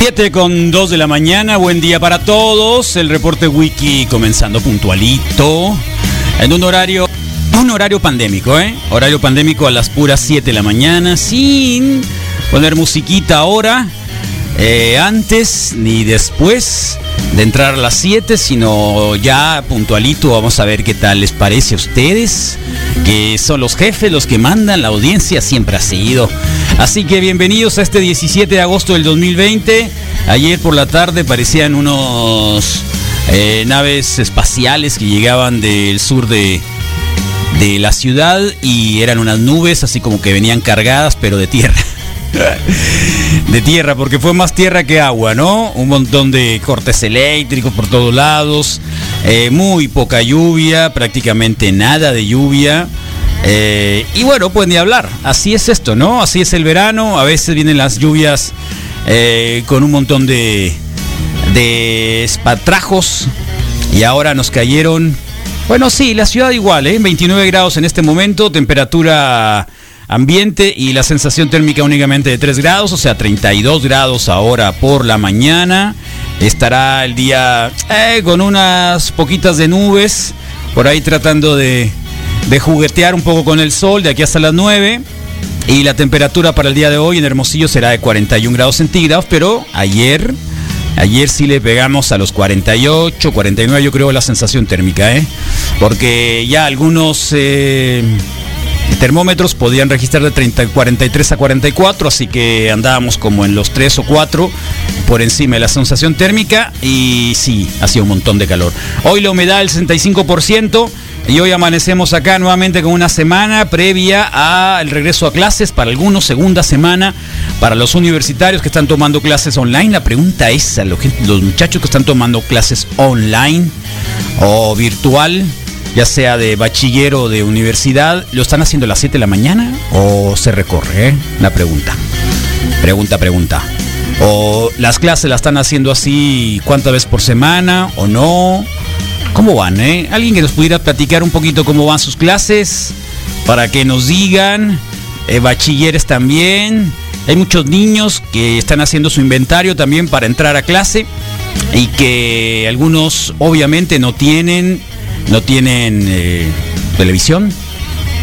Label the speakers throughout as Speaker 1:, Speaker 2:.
Speaker 1: Siete con 2 de la mañana, buen día para todos. El reporte wiki comenzando puntualito. En un horario, un horario pandémico, ¿eh? Horario pandémico a las puras 7 de la mañana, sin poner musiquita ahora, eh, antes ni después de entrar a las 7, sino ya puntualito. Vamos a ver qué tal les parece a ustedes, que son los jefes los que mandan, la audiencia siempre ha sido. Así que bienvenidos a este 17 de agosto del 2020. Ayer por la tarde parecían unos eh, naves espaciales que llegaban del sur de, de la ciudad y eran unas nubes así como que venían cargadas pero de tierra. De tierra, porque fue más tierra que agua, ¿no? Un montón de cortes eléctricos por todos lados, eh, muy poca lluvia, prácticamente nada de lluvia. eh, y bueno, pues ni hablar, así es esto, ¿no? Así es el verano, a veces vienen las lluvias eh, con un montón de, de espatrajos y ahora nos cayeron. Bueno, sí, la ciudad igual, ¿eh? 29 grados en este momento, temperatura ambiente y la sensación térmica únicamente de 3 grados, o sea, 32 grados ahora por la mañana. Estará el día eh, con unas poquitas de nubes, por ahí tratando de, de juguetear un poco con el sol de aquí hasta las 9. Y la temperatura para el día de hoy en Hermosillo será de 41 grados centígrados, pero ayer Ayer sí le pegamos a los 48, 49, yo creo, la sensación térmica, ¿eh? Porque ya algunos eh, termómetros podían registrar de 30, 43 a 44, así que andábamos como en los 3 o 4 por encima de la sensación térmica y sí, hacía un montón de calor. Hoy la humedad del 65%. Y hoy amanecemos acá nuevamente con una semana previa al regreso a clases para algunos, segunda semana para los universitarios que están tomando clases online. La pregunta es a lo que- los muchachos que están tomando clases online o virtual, ya sea de bachiller o de universidad, ¿lo están haciendo a las 7 de la mañana o se recorre? eh? La pregunta. Pregunta, pregunta. O las clases las están haciendo así cuántas veces por semana o no. ¿Cómo van, eh? Alguien que nos pudiera platicar un poquito cómo van sus clases, para que nos digan, eh, bachilleres también. Hay muchos niños que están haciendo su inventario también para entrar a clase y que algunos obviamente no tienen, no tienen eh, televisión,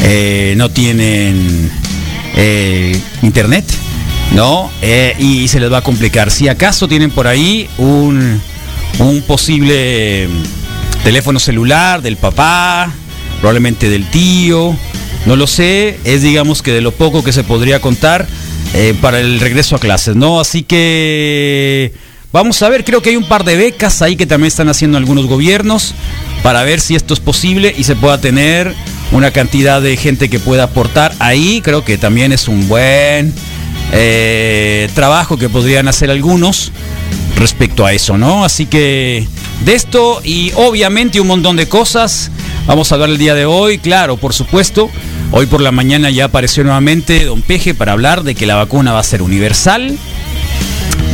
Speaker 1: eh, no tienen eh, internet, ¿no? Eh, y se les va a complicar. Si acaso tienen por ahí un, un posible eh, teléfono celular del papá, probablemente del tío, no lo sé, es digamos que de lo poco que se podría contar eh, para el regreso a clases, ¿no? Así que... Vamos a ver, creo que hay un par de becas ahí que también están haciendo algunos gobiernos para ver si esto es posible y se pueda tener una cantidad de gente que pueda aportar ahí. Creo que también es un buen eh, trabajo que podrían hacer algunos respecto a eso, ¿no? Así que de esto y obviamente un montón de cosas vamos a hablar el día de hoy, claro, por supuesto. Hoy por la mañana ya apareció nuevamente Don Peje para hablar de que la vacuna va a ser universal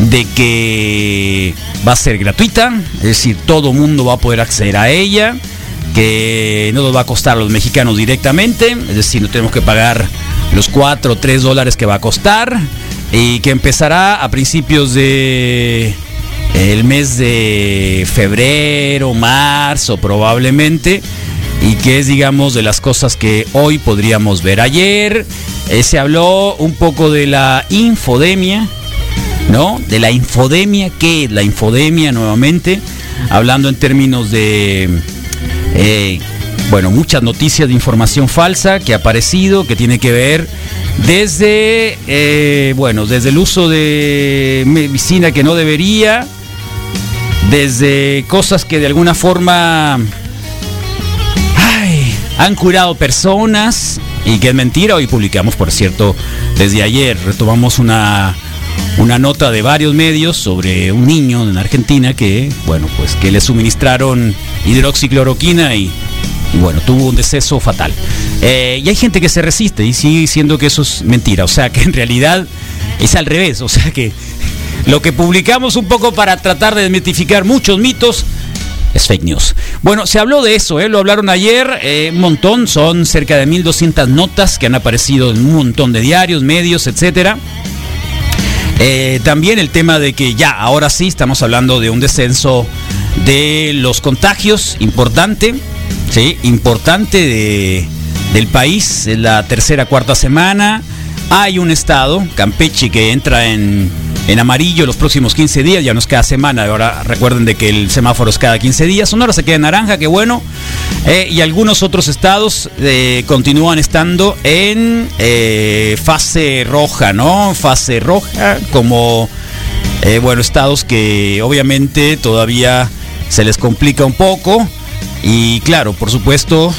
Speaker 1: de que va a ser gratuita, es decir, todo mundo va a poder acceder a ella, que no nos va a costar a los mexicanos directamente, es decir, no tenemos que pagar los 4 o 3 dólares que va a costar y que empezará a principios de el mes de febrero, marzo probablemente y que es digamos de las cosas que hoy podríamos ver. Ayer eh, se habló un poco de la infodemia, ¿no? De la infodemia, ¿qué es la infodemia nuevamente? Hablando en términos de, eh, bueno, muchas noticias de información falsa que ha aparecido, que tiene que ver desde, eh, bueno, desde el uso de medicina que no debería, desde cosas que de alguna forma ay, han curado personas y que es mentira. Hoy publicamos, por cierto, desde ayer, retomamos una una nota de varios medios sobre un niño en Argentina que, bueno, pues que le suministraron hidroxicloroquina y, y bueno, tuvo un deceso fatal. Eh, y hay gente que se resiste y sigue diciendo que eso es mentira, o sea que en realidad es al revés, o sea que lo que publicamos un poco para tratar de desmitificar muchos mitos es fake news. Bueno, se habló de eso, ¿eh? lo hablaron ayer eh, un montón, son cerca de 1.200 notas que han aparecido en un montón de diarios, medios, etcétera. Eh, también el tema de que ya, ahora sí, estamos hablando de un descenso de los contagios, importante, ¿sí? Importante de, del país, en la tercera, cuarta semana. Hay un estado, Campeche, que entra en, en amarillo los próximos 15 días, ya nos queda semana, ahora recuerden de que el semáforo es cada 15 días, Sonora se queda en naranja, qué bueno, eh, y algunos otros estados eh, continúan estando en eh, fase roja, ¿no? Fase roja, como, eh, bueno, estados que obviamente todavía se les complica un poco, y claro, por supuesto,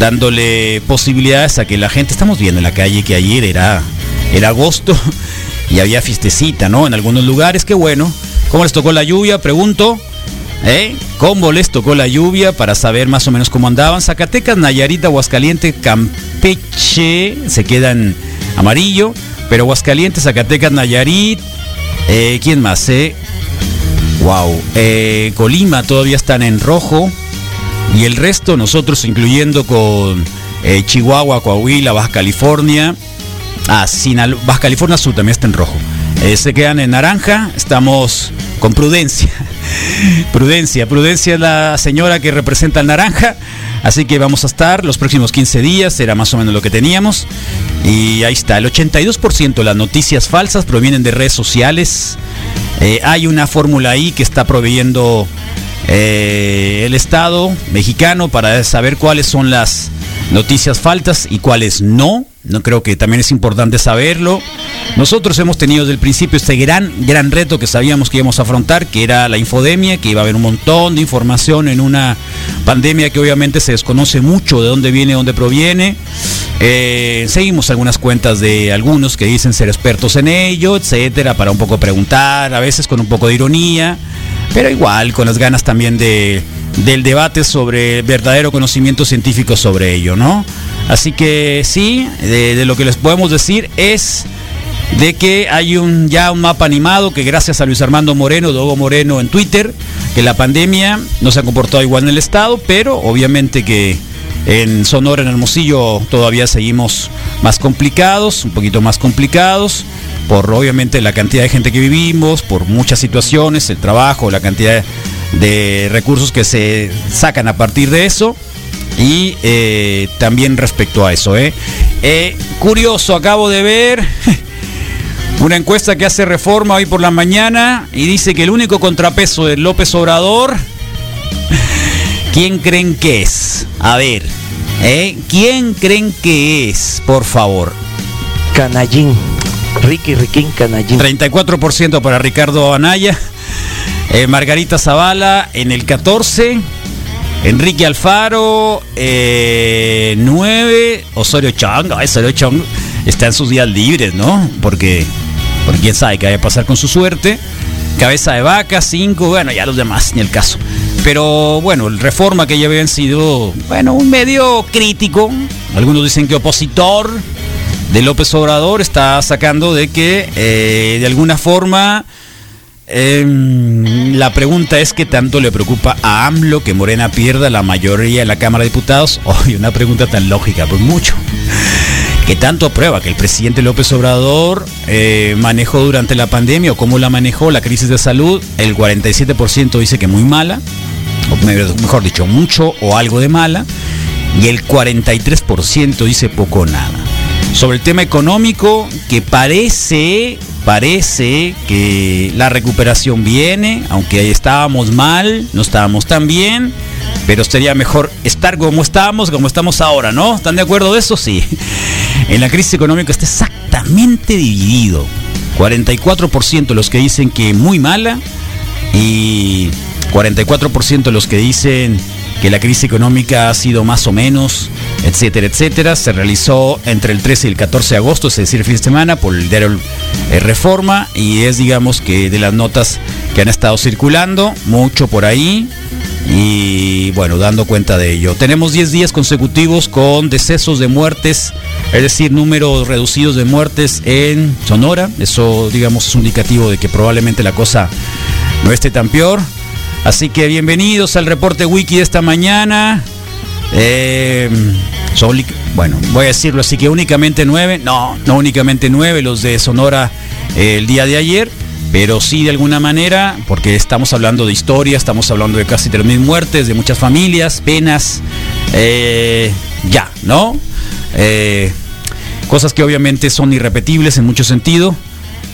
Speaker 1: dándole posibilidades a que la gente, estamos viendo en la calle que ayer era, era agosto y había fiestecita, ¿no? En algunos lugares, qué bueno. ¿Cómo les tocó la lluvia? Pregunto. ¿Eh? ¿Cómo les tocó la lluvia? Para saber más o menos cómo andaban. Zacatecas, Nayarit, Aguascalientes, Campeche se quedan amarillo. Pero Aguascalientes, Zacatecas, Nayarit. eh, ¿Quién más? Eh? Wow. eh, Colima todavía están en rojo. Y el resto, nosotros incluyendo con eh, Chihuahua, Coahuila, Baja California. Ah, Sinaloa, Baja California Sur también está en rojo. Eh, se quedan en naranja, estamos con prudencia. Prudencia, prudencia es la señora que representa el naranja. Así que vamos a estar los próximos 15 días, era más o menos lo que teníamos. Y ahí está, el 82% de las noticias falsas provienen de redes sociales. Eh, hay una fórmula ahí que está proveyendo eh, el Estado mexicano para saber cuáles son las noticias faltas y cuáles no. No creo que también es importante saberlo. Nosotros hemos tenido desde el principio este gran, gran reto que sabíamos que íbamos a afrontar, que era la infodemia, que iba a haber un montón de información en una pandemia que obviamente se desconoce mucho de dónde viene, dónde proviene. Eh, seguimos algunas cuentas de algunos que dicen ser expertos en ello, etcétera, para un poco preguntar, a veces con un poco de ironía, pero igual con las ganas también de, del debate sobre verdadero conocimiento científico sobre ello, ¿no? Así que sí, de, de lo que les podemos decir es de que hay un ya un mapa animado que gracias a Luis Armando Moreno, de Hugo Moreno en Twitter, que la pandemia no se ha comportado igual en el estado, pero obviamente que en Sonora, en Hermosillo, todavía seguimos más complicados, un poquito más complicados, por obviamente la cantidad de gente que vivimos, por muchas situaciones, el trabajo, la cantidad de recursos que se sacan a partir de eso. Y eh, también respecto a eso, ¿eh? Eh, curioso, acabo de ver una encuesta que hace reforma hoy por la mañana y dice que el único contrapeso de López Obrador, ¿quién creen que es? A ver, ¿eh? ¿quién creen que es? Por favor.
Speaker 2: Canallín. Ricky Riquín Canallín.
Speaker 1: 34% para Ricardo Anaya, eh, Margarita Zavala en el 14, Enrique Alfaro eh, 9, Osorio Chong, ay, Osorio Chong está en sus días libres, ¿no? Porque, porque quién sabe qué vaya a pasar con su suerte. Cabeza de vaca, 5, bueno, ya los demás, ni el caso. Pero bueno, el reforma que ya habían sido, bueno, un medio crítico, algunos dicen que opositor, de López Obrador está sacando de que eh, de alguna forma Em, la pregunta es qué tanto le preocupa a AMLO que Morena pierda la mayoría de la Cámara de Diputados. Hoy una pregunta tan lógica, pues mucho. ¿Qué tanto aprueba que el presidente López Obrador eh, manejó durante la pandemia o cómo la manejó la crisis de salud? El 47% dice que muy mala, o me- mejor dicho, mucho o algo de mala, y el 43% dice poco o nada. Sobre el tema económico, que parece, parece que la recuperación viene, aunque ahí estábamos mal, no estábamos tan bien, pero sería mejor estar como estábamos, como estamos ahora, ¿no? ¿Están de acuerdo de eso? Sí. En la crisis económica está exactamente dividido. 44% los que dicen que muy mala, y 44% de los que dicen que la crisis económica ha sido más o menos, etcétera, etcétera, se realizó entre el 13 y el 14 de agosto, es decir, fin de semana, por el diario eh, Reforma, y es, digamos, que de las notas que han estado circulando, mucho por ahí, y bueno, dando cuenta de ello. Tenemos 10 días consecutivos con decesos de muertes, es decir, números reducidos de muertes en Sonora, eso, digamos, es un indicativo de que probablemente la cosa no esté tan peor. Así que bienvenidos al reporte wiki de esta mañana. Eh, son li- bueno, voy a decirlo así que únicamente nueve, no, no únicamente nueve los de Sonora eh, el día de ayer, pero sí de alguna manera, porque estamos hablando de historia, estamos hablando de casi 3.000 muertes, de muchas familias, penas, eh, ya, ¿no? Eh, cosas que obviamente son irrepetibles en mucho sentido,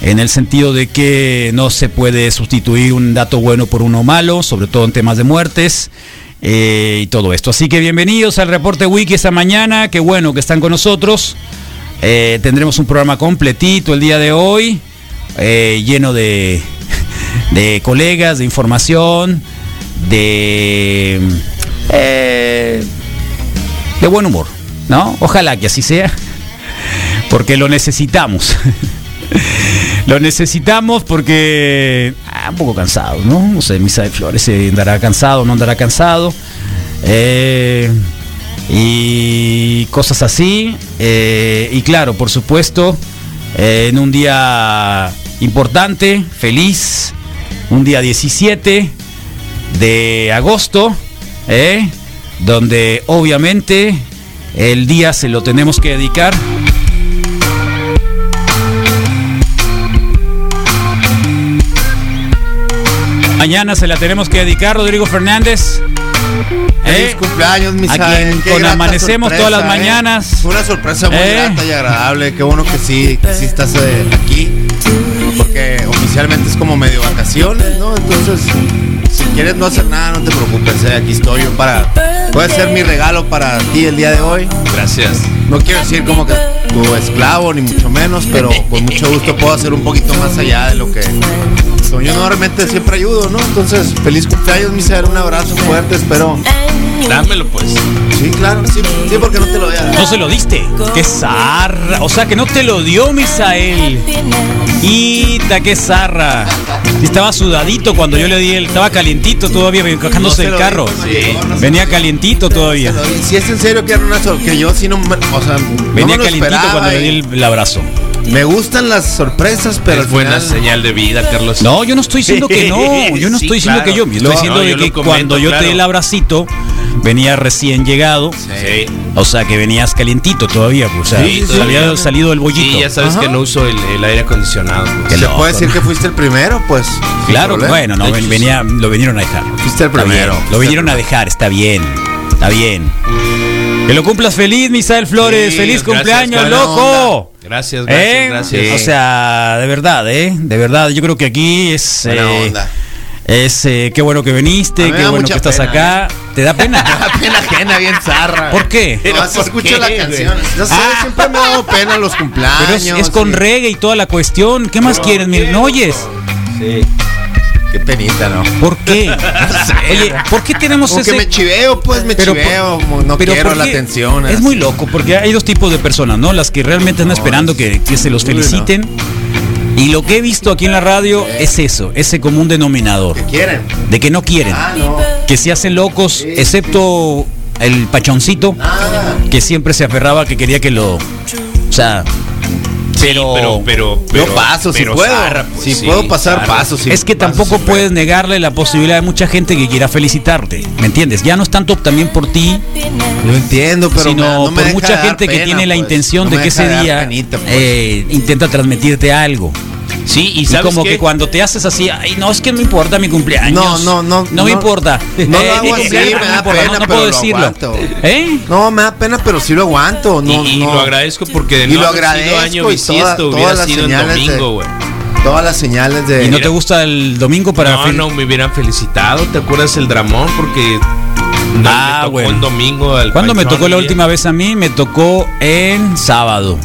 Speaker 1: en el sentido de que no se puede sustituir un dato bueno por uno malo, sobre todo en temas de muertes eh, y todo esto. Así que bienvenidos al reporte Wiki esta mañana, qué bueno que están con nosotros. Eh, tendremos un programa completito el día de hoy, eh, lleno de, de colegas, de información, de... eh, de buen humor, ¿no? Ojalá que así sea, porque lo necesitamos. Lo necesitamos porque. ah, un poco cansado, ¿no? No sé, Misa de Flores si andará cansado no andará cansado. Eh, y cosas así. Eh, y claro, por supuesto, eh, en un día importante, feliz, un día 17 de agosto, ¿eh? donde obviamente el día se lo tenemos que dedicar. Mañana se la tenemos que dedicar, Rodrigo Fernández.
Speaker 3: Feliz
Speaker 1: ¿eh?
Speaker 3: cumpleaños, mi
Speaker 1: a
Speaker 3: Isabel,
Speaker 1: quien
Speaker 3: qué
Speaker 1: con
Speaker 3: grata
Speaker 1: amanecemos
Speaker 3: sorpresa,
Speaker 1: todas las
Speaker 3: ¿eh?
Speaker 1: mañanas.
Speaker 3: Fue una sorpresa muy
Speaker 1: ¿Eh?
Speaker 3: grata y agradable. Qué bueno que sí, que sí estás eh, aquí. Porque oficialmente es como medio vacaciones, ¿no? Entonces, si quieres no hacer nada, no te preocupes. ¿eh? Aquí estoy yo para. Puede ser mi regalo para ti el día de hoy.
Speaker 4: Gracias.
Speaker 3: No quiero decir como que tu esclavo, ni mucho menos, pero con mucho gusto puedo hacer un poquito más allá de lo que. como Yo normalmente siempre ayudo, ¿no? Entonces, feliz cumpleaños, mi ser. Un abrazo fuerte, espero.
Speaker 4: Dámelo pues.
Speaker 3: Sí, claro, sí, sí, porque no te lo voy a dar.
Speaker 1: No se lo diste. Qué zarra. O sea que no te lo dio Misael. Ita, qué zarra. Sí, Estaba sudadito cuando yo le di el. Estaba calientito todavía, encajándose
Speaker 3: No se
Speaker 1: el
Speaker 3: lo
Speaker 1: carro.
Speaker 3: di, sí. No, no se
Speaker 1: Venía
Speaker 3: lo di.
Speaker 1: calientito todavía.
Speaker 3: Y Si es en serio que era una sorpresa, que yo sí no me, o sea, no me
Speaker 1: Venía
Speaker 3: lo
Speaker 1: calientito
Speaker 3: esperaba eh.
Speaker 1: cuando le di
Speaker 3: y-
Speaker 1: el, el abrazo.
Speaker 3: Me gustan las sorpresas, pero
Speaker 4: es
Speaker 3: al
Speaker 4: buena
Speaker 3: final-
Speaker 4: señal de vida, Carlos.
Speaker 1: No, yo no estoy diciendo que no. Yo no
Speaker 4: Sí,
Speaker 1: estoy diciendo
Speaker 4: claro.
Speaker 1: que yo. Estoy
Speaker 4: No,
Speaker 1: diciendo
Speaker 4: no,
Speaker 1: de
Speaker 4: yo
Speaker 1: que
Speaker 4: lo comento,
Speaker 1: cuando yo te di
Speaker 4: claro.
Speaker 1: el abracito, venía recién llegado.
Speaker 4: Sí.
Speaker 1: O sea que venías calientito todavía. pues, O sea,
Speaker 4: Sí,
Speaker 1: se había
Speaker 4: todavía.
Speaker 1: salido el bollito.
Speaker 4: Y ya sabes que no uso el, el aire acondicionado.
Speaker 3: Se
Speaker 1: loco,
Speaker 3: puede decir que fuiste el primero, pues. sin
Speaker 1: Claro,
Speaker 3: problema.
Speaker 1: bueno, no,
Speaker 4: De hecho,
Speaker 1: venía, lo vinieron a dejar.
Speaker 3: Fuiste el
Speaker 1: Está bien,
Speaker 3: primero.
Speaker 1: Lo
Speaker 3: Fuiste
Speaker 1: vinieron
Speaker 3: el
Speaker 1: a dejar, está bien. Está bien. Que lo cumplas feliz, Misael Flores.
Speaker 4: Sí,
Speaker 1: feliz
Speaker 4: gracias,
Speaker 1: cumpleaños,
Speaker 4: buena
Speaker 1: loco.
Speaker 4: Gracias, gracias,
Speaker 1: ¿Eh?
Speaker 4: gracias.
Speaker 1: O sea, de verdad, ¿eh? De verdad, yo creo que aquí es.
Speaker 3: Buena
Speaker 1: eh,
Speaker 3: onda.
Speaker 1: Es eh, qué bueno que
Speaker 3: A mí
Speaker 1: viniste,
Speaker 3: me
Speaker 1: qué
Speaker 3: da
Speaker 1: bueno
Speaker 3: mucha
Speaker 1: que estás
Speaker 3: pena, ¿eh?
Speaker 1: acá. ¿Te da pena?
Speaker 3: Pena ajena, bien zarra.
Speaker 1: ¿Por qué? Ah.
Speaker 3: No,
Speaker 4: Pero
Speaker 3: se
Speaker 4: ¿por
Speaker 3: escucha
Speaker 4: qué,
Speaker 3: la
Speaker 4: güey?
Speaker 3: canción. No sé, siempre me ha dado pena los cumpleaños.
Speaker 1: Pero es, es con
Speaker 3: y-
Speaker 1: reggae y toda la cuestión. ¿Qué más quieres? Mira, ¿No oyes?
Speaker 3: Qué penita, ¿no?
Speaker 1: ¿Por qué? Oye, ¿por qué tenemos
Speaker 3: Como que
Speaker 1: ese
Speaker 3: me chiveo, pues me
Speaker 1: Pero por-
Speaker 3: chiveo. como No
Speaker 1: pero
Speaker 3: quiero la
Speaker 1: porque
Speaker 3: atención.
Speaker 1: Es
Speaker 3: así.
Speaker 1: muy loco porque hay dos tipos de personas, ¿no? Las que realmente están esperando que, que se los
Speaker 3: Uy, no.
Speaker 1: feliciten. Y lo que he visto aquí en la radio es eso, ese común denominador,
Speaker 3: ¿Qué quieren?
Speaker 1: de que no quieren,
Speaker 3: Ah, no.
Speaker 1: que se hacen locos, excepto el pachoncito,
Speaker 3: Nada.
Speaker 1: que siempre se aferraba que quería que lo... O sea, Pero,
Speaker 4: pero, pero,
Speaker 3: Yo
Speaker 4: pero-
Speaker 3: paso, si
Speaker 4: pero
Speaker 3: puedo.
Speaker 4: zarra, pues,
Speaker 3: si
Speaker 4: sí,
Speaker 3: puedo pasar,
Speaker 4: zarra.
Speaker 3: paso. si
Speaker 1: es que
Speaker 3: paso,
Speaker 1: tampoco
Speaker 3: si
Speaker 1: puedes negarle la posibilidad de mucha gente que quiera felicitarte. ¿Me entiendes? Ya no es tanto también por ti,
Speaker 3: Lo entiendo, pero
Speaker 1: sino
Speaker 3: me- no me
Speaker 1: por
Speaker 3: deja
Speaker 1: mucha
Speaker 3: dar
Speaker 1: gente que
Speaker 3: pena,
Speaker 1: tiene la
Speaker 3: pues.
Speaker 1: intención
Speaker 3: No
Speaker 1: de
Speaker 3: me
Speaker 1: que
Speaker 3: deja
Speaker 1: ese
Speaker 3: dar
Speaker 1: día
Speaker 3: penita, pues.
Speaker 1: eh, intenta transmitirte algo.
Speaker 4: Sí, y
Speaker 1: Y
Speaker 4: sabes
Speaker 1: como
Speaker 4: qué?
Speaker 1: que cuando te haces así, ay, no, es que no importa mi cumpleaños.
Speaker 3: No, no, no,
Speaker 1: No, me
Speaker 3: no.
Speaker 1: importa.
Speaker 3: No lo
Speaker 1: Eh,
Speaker 3: hago
Speaker 1: mi
Speaker 3: así,
Speaker 1: cumpleaños
Speaker 3: me
Speaker 1: no
Speaker 3: da
Speaker 1: importa, no,
Speaker 3: pena,
Speaker 1: no
Speaker 3: pero
Speaker 1: puedo
Speaker 3: lo
Speaker 1: decirlo.
Speaker 3: aguanto.
Speaker 1: ¿Eh?
Speaker 3: No, me da pena, pero sí lo aguanto. No,
Speaker 4: y, y
Speaker 3: no.
Speaker 4: lo agradezco porque de
Speaker 3: Y
Speaker 4: no
Speaker 3: lo
Speaker 4: haber sido
Speaker 3: agradezco
Speaker 4: año
Speaker 3: y toda-
Speaker 4: bisiesto
Speaker 3: todas
Speaker 4: hubiera
Speaker 3: las
Speaker 4: sido en
Speaker 3: señales de-
Speaker 4: domingo, güey.
Speaker 3: Todas las señales de.
Speaker 1: ¿Y no te gusta el domingo para
Speaker 4: No,
Speaker 1: fin-
Speaker 4: no, me hubieran felicitado. ¿Te acuerdas el dramón? Porque no
Speaker 1: Ah,
Speaker 4: me tocó
Speaker 1: güey.
Speaker 4: el domingo. al
Speaker 1: ¿Cuándo me
Speaker 4: panchón
Speaker 1: tocó la
Speaker 4: y-
Speaker 1: última vez a mí? Me tocó en sábado.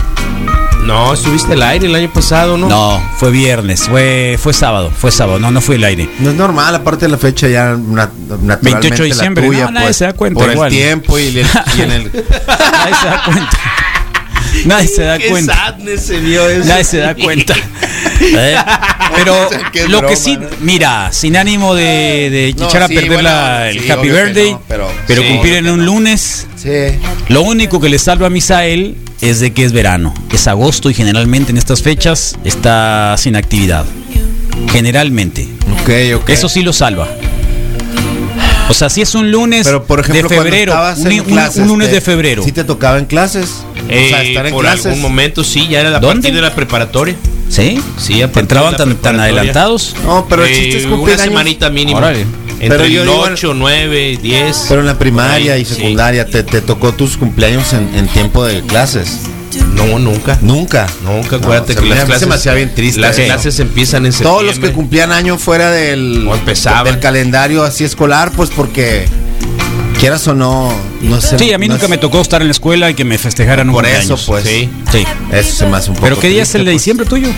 Speaker 4: No, estuviste al aire el año pasado, ¿no?
Speaker 1: No, fue viernes, fue, fue sábado, fue sábado, no, no fue el aire.
Speaker 3: No es normal, aparte de la fecha ya nat- naturalmente
Speaker 1: 28 de
Speaker 3: la
Speaker 1: diciembre,
Speaker 3: tuya,
Speaker 1: no, nadie
Speaker 3: pues,
Speaker 1: se da cuenta
Speaker 3: Por
Speaker 1: igual.
Speaker 3: el tiempo y, el- y en el...
Speaker 1: Nadie se da cuenta. Nadie se da
Speaker 4: Qué
Speaker 1: cuenta.
Speaker 4: sadness se vio eso.
Speaker 1: Nadie se da cuenta. ¿Eh? Pero
Speaker 3: Qué
Speaker 1: lo
Speaker 3: broma,
Speaker 1: que sí,
Speaker 3: ¿no?
Speaker 1: mira, sin ánimo de, de
Speaker 3: No,
Speaker 1: echar a
Speaker 3: sí,
Speaker 1: perder
Speaker 3: bueno,
Speaker 1: la- el
Speaker 3: sí,
Speaker 1: Happy
Speaker 3: obvio que
Speaker 1: Birthday,
Speaker 3: no, pero-
Speaker 1: pero,
Speaker 3: sí,
Speaker 1: cumplir
Speaker 3: obvio
Speaker 1: en un lunes,
Speaker 3: Sí.
Speaker 1: lo único que le salva a Misael es de que es verano, es agosto y generalmente en estas fechas está sin actividad. Generalmente.
Speaker 3: Ok, ok.
Speaker 1: Eso sí lo salva. O sea, si es un lunes
Speaker 3: Pero por ejemplo,
Speaker 1: de febrero,
Speaker 3: cuando estabas
Speaker 1: un,
Speaker 3: en
Speaker 1: un-
Speaker 3: clases,
Speaker 1: un lunes
Speaker 3: te-
Speaker 1: de febrero.
Speaker 3: Sí te tocaba en clases.
Speaker 4: Eh, por algún momento sí, ya era a
Speaker 1: ¿Dónde?
Speaker 4: partir de la preparatoria.
Speaker 1: ¿Sí?
Speaker 4: Sí, aparte
Speaker 1: ¿Entraban
Speaker 4: de la
Speaker 1: tan, tan
Speaker 4: preparatoria.
Speaker 1: adelantados?
Speaker 3: No, pero el
Speaker 4: Eh,
Speaker 3: chiste es cumplir
Speaker 4: una
Speaker 3: años.
Speaker 4: semanita mínimo.
Speaker 1: Órale.
Speaker 4: Entre
Speaker 3: Pero yo
Speaker 4: el
Speaker 3: digo-
Speaker 4: 8, 9, 10.
Speaker 3: Pero en la primaria
Speaker 4: Por ahí,
Speaker 3: y
Speaker 4: sí.
Speaker 3: secundaria te, te tocó tus cumpleaños en, en tiempo de clases.
Speaker 4: No, nunca.
Speaker 3: Nunca. No,
Speaker 4: Nunca, acuérdate
Speaker 3: o sea,
Speaker 4: que
Speaker 3: me-
Speaker 4: las
Speaker 3: a mí
Speaker 4: clases.
Speaker 3: se me hacía bien triste.
Speaker 4: Las
Speaker 3: eso.
Speaker 4: clases empiezan en septiembre.
Speaker 3: Todos los que cumplían año fuera del,
Speaker 4: O empezaban.
Speaker 3: del calendario así escolar, pues porque quieras o no, no sé.
Speaker 1: Sí, a mí
Speaker 3: no
Speaker 1: nunca
Speaker 3: es-
Speaker 1: me tocó estar en la escuela y que me festejaran un
Speaker 3: Por
Speaker 1: cumpleaños.
Speaker 3: eso, pues.
Speaker 4: Sí.
Speaker 1: Sí.
Speaker 3: Eso se me hace un poco.
Speaker 1: ¿Pero qué día es
Speaker 3: triste,
Speaker 1: el de
Speaker 3: pues.
Speaker 1: diciembre tuyo?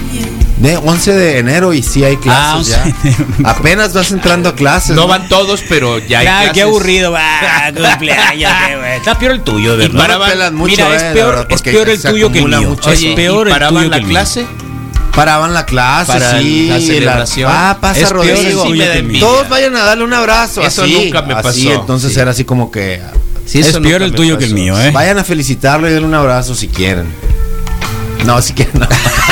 Speaker 3: De 11 de enero y sí hay clases
Speaker 1: Ah, 11 de
Speaker 3: ya.
Speaker 1: enero.
Speaker 3: Apenas vas entrando a clases.
Speaker 4: No van todos, pero ya hay
Speaker 1: Ah, qué
Speaker 4: clases.
Speaker 1: aburrido, va, cumpleaños, qué güey. Está peor el tuyo, de
Speaker 4: Y
Speaker 1: verdad.
Speaker 4: paraban-
Speaker 3: pelan mucho,
Speaker 1: Mira, es
Speaker 3: eh, la
Speaker 1: peor,
Speaker 3: verdad,
Speaker 1: es
Speaker 3: porque
Speaker 1: peor el
Speaker 3: se
Speaker 1: tuyo que el
Speaker 3: acumula
Speaker 1: mío.
Speaker 3: mucho.
Speaker 1: es
Speaker 4: Oye,
Speaker 1: peor
Speaker 4: ¿y
Speaker 1: el
Speaker 4: paraban
Speaker 1: tuyo
Speaker 4: la
Speaker 1: que el mío.
Speaker 4: clase?
Speaker 3: Paraban la clase,
Speaker 4: Para
Speaker 3: sí.
Speaker 4: la celebración.
Speaker 3: ah, pasa
Speaker 1: Es peor el
Speaker 3: Rodrigo.
Speaker 1: tuyo que el mío.
Speaker 3: Todos vayan a darle un abrazo.
Speaker 4: Eso
Speaker 3: así,
Speaker 4: nunca me
Speaker 3: así,
Speaker 4: pasó.
Speaker 3: entonces
Speaker 4: Sí.
Speaker 3: era así como que.
Speaker 1: es
Speaker 4: eso
Speaker 1: peor
Speaker 4: nunca
Speaker 1: el
Speaker 4: me
Speaker 1: tuyo que el
Speaker 4: pasó.
Speaker 1: mío, ¿eh?
Speaker 3: Vayan a felicitarlo y denle un abrazo si quieren. No, si quieren. no.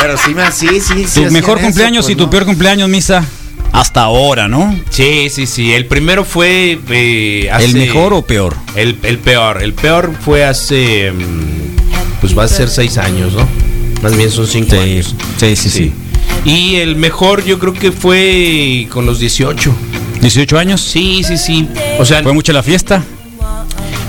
Speaker 3: Pero sí, me- sí, sí. sí
Speaker 1: Tu
Speaker 3: hacían
Speaker 1: mejor
Speaker 3: eso,
Speaker 1: cumpleaños
Speaker 3: pues,
Speaker 1: y tu
Speaker 3: ¿no?
Speaker 1: peor cumpleaños, Misa, hasta ahora, ¿no?
Speaker 4: Sí, sí, sí. El primero fue. eh, hace-
Speaker 1: ¿El mejor o peor?
Speaker 4: El, el peor. El peor fue hace. mm, Pues va a ser seis años, ¿no? Más bien son cinco años.
Speaker 1: sí, sí,
Speaker 4: Sí. Y el mejor yo creo que fue con los 18.
Speaker 1: ¿18 años?
Speaker 4: Sí, sí, sí. O sea,
Speaker 1: ¿Fue mucho la fiesta?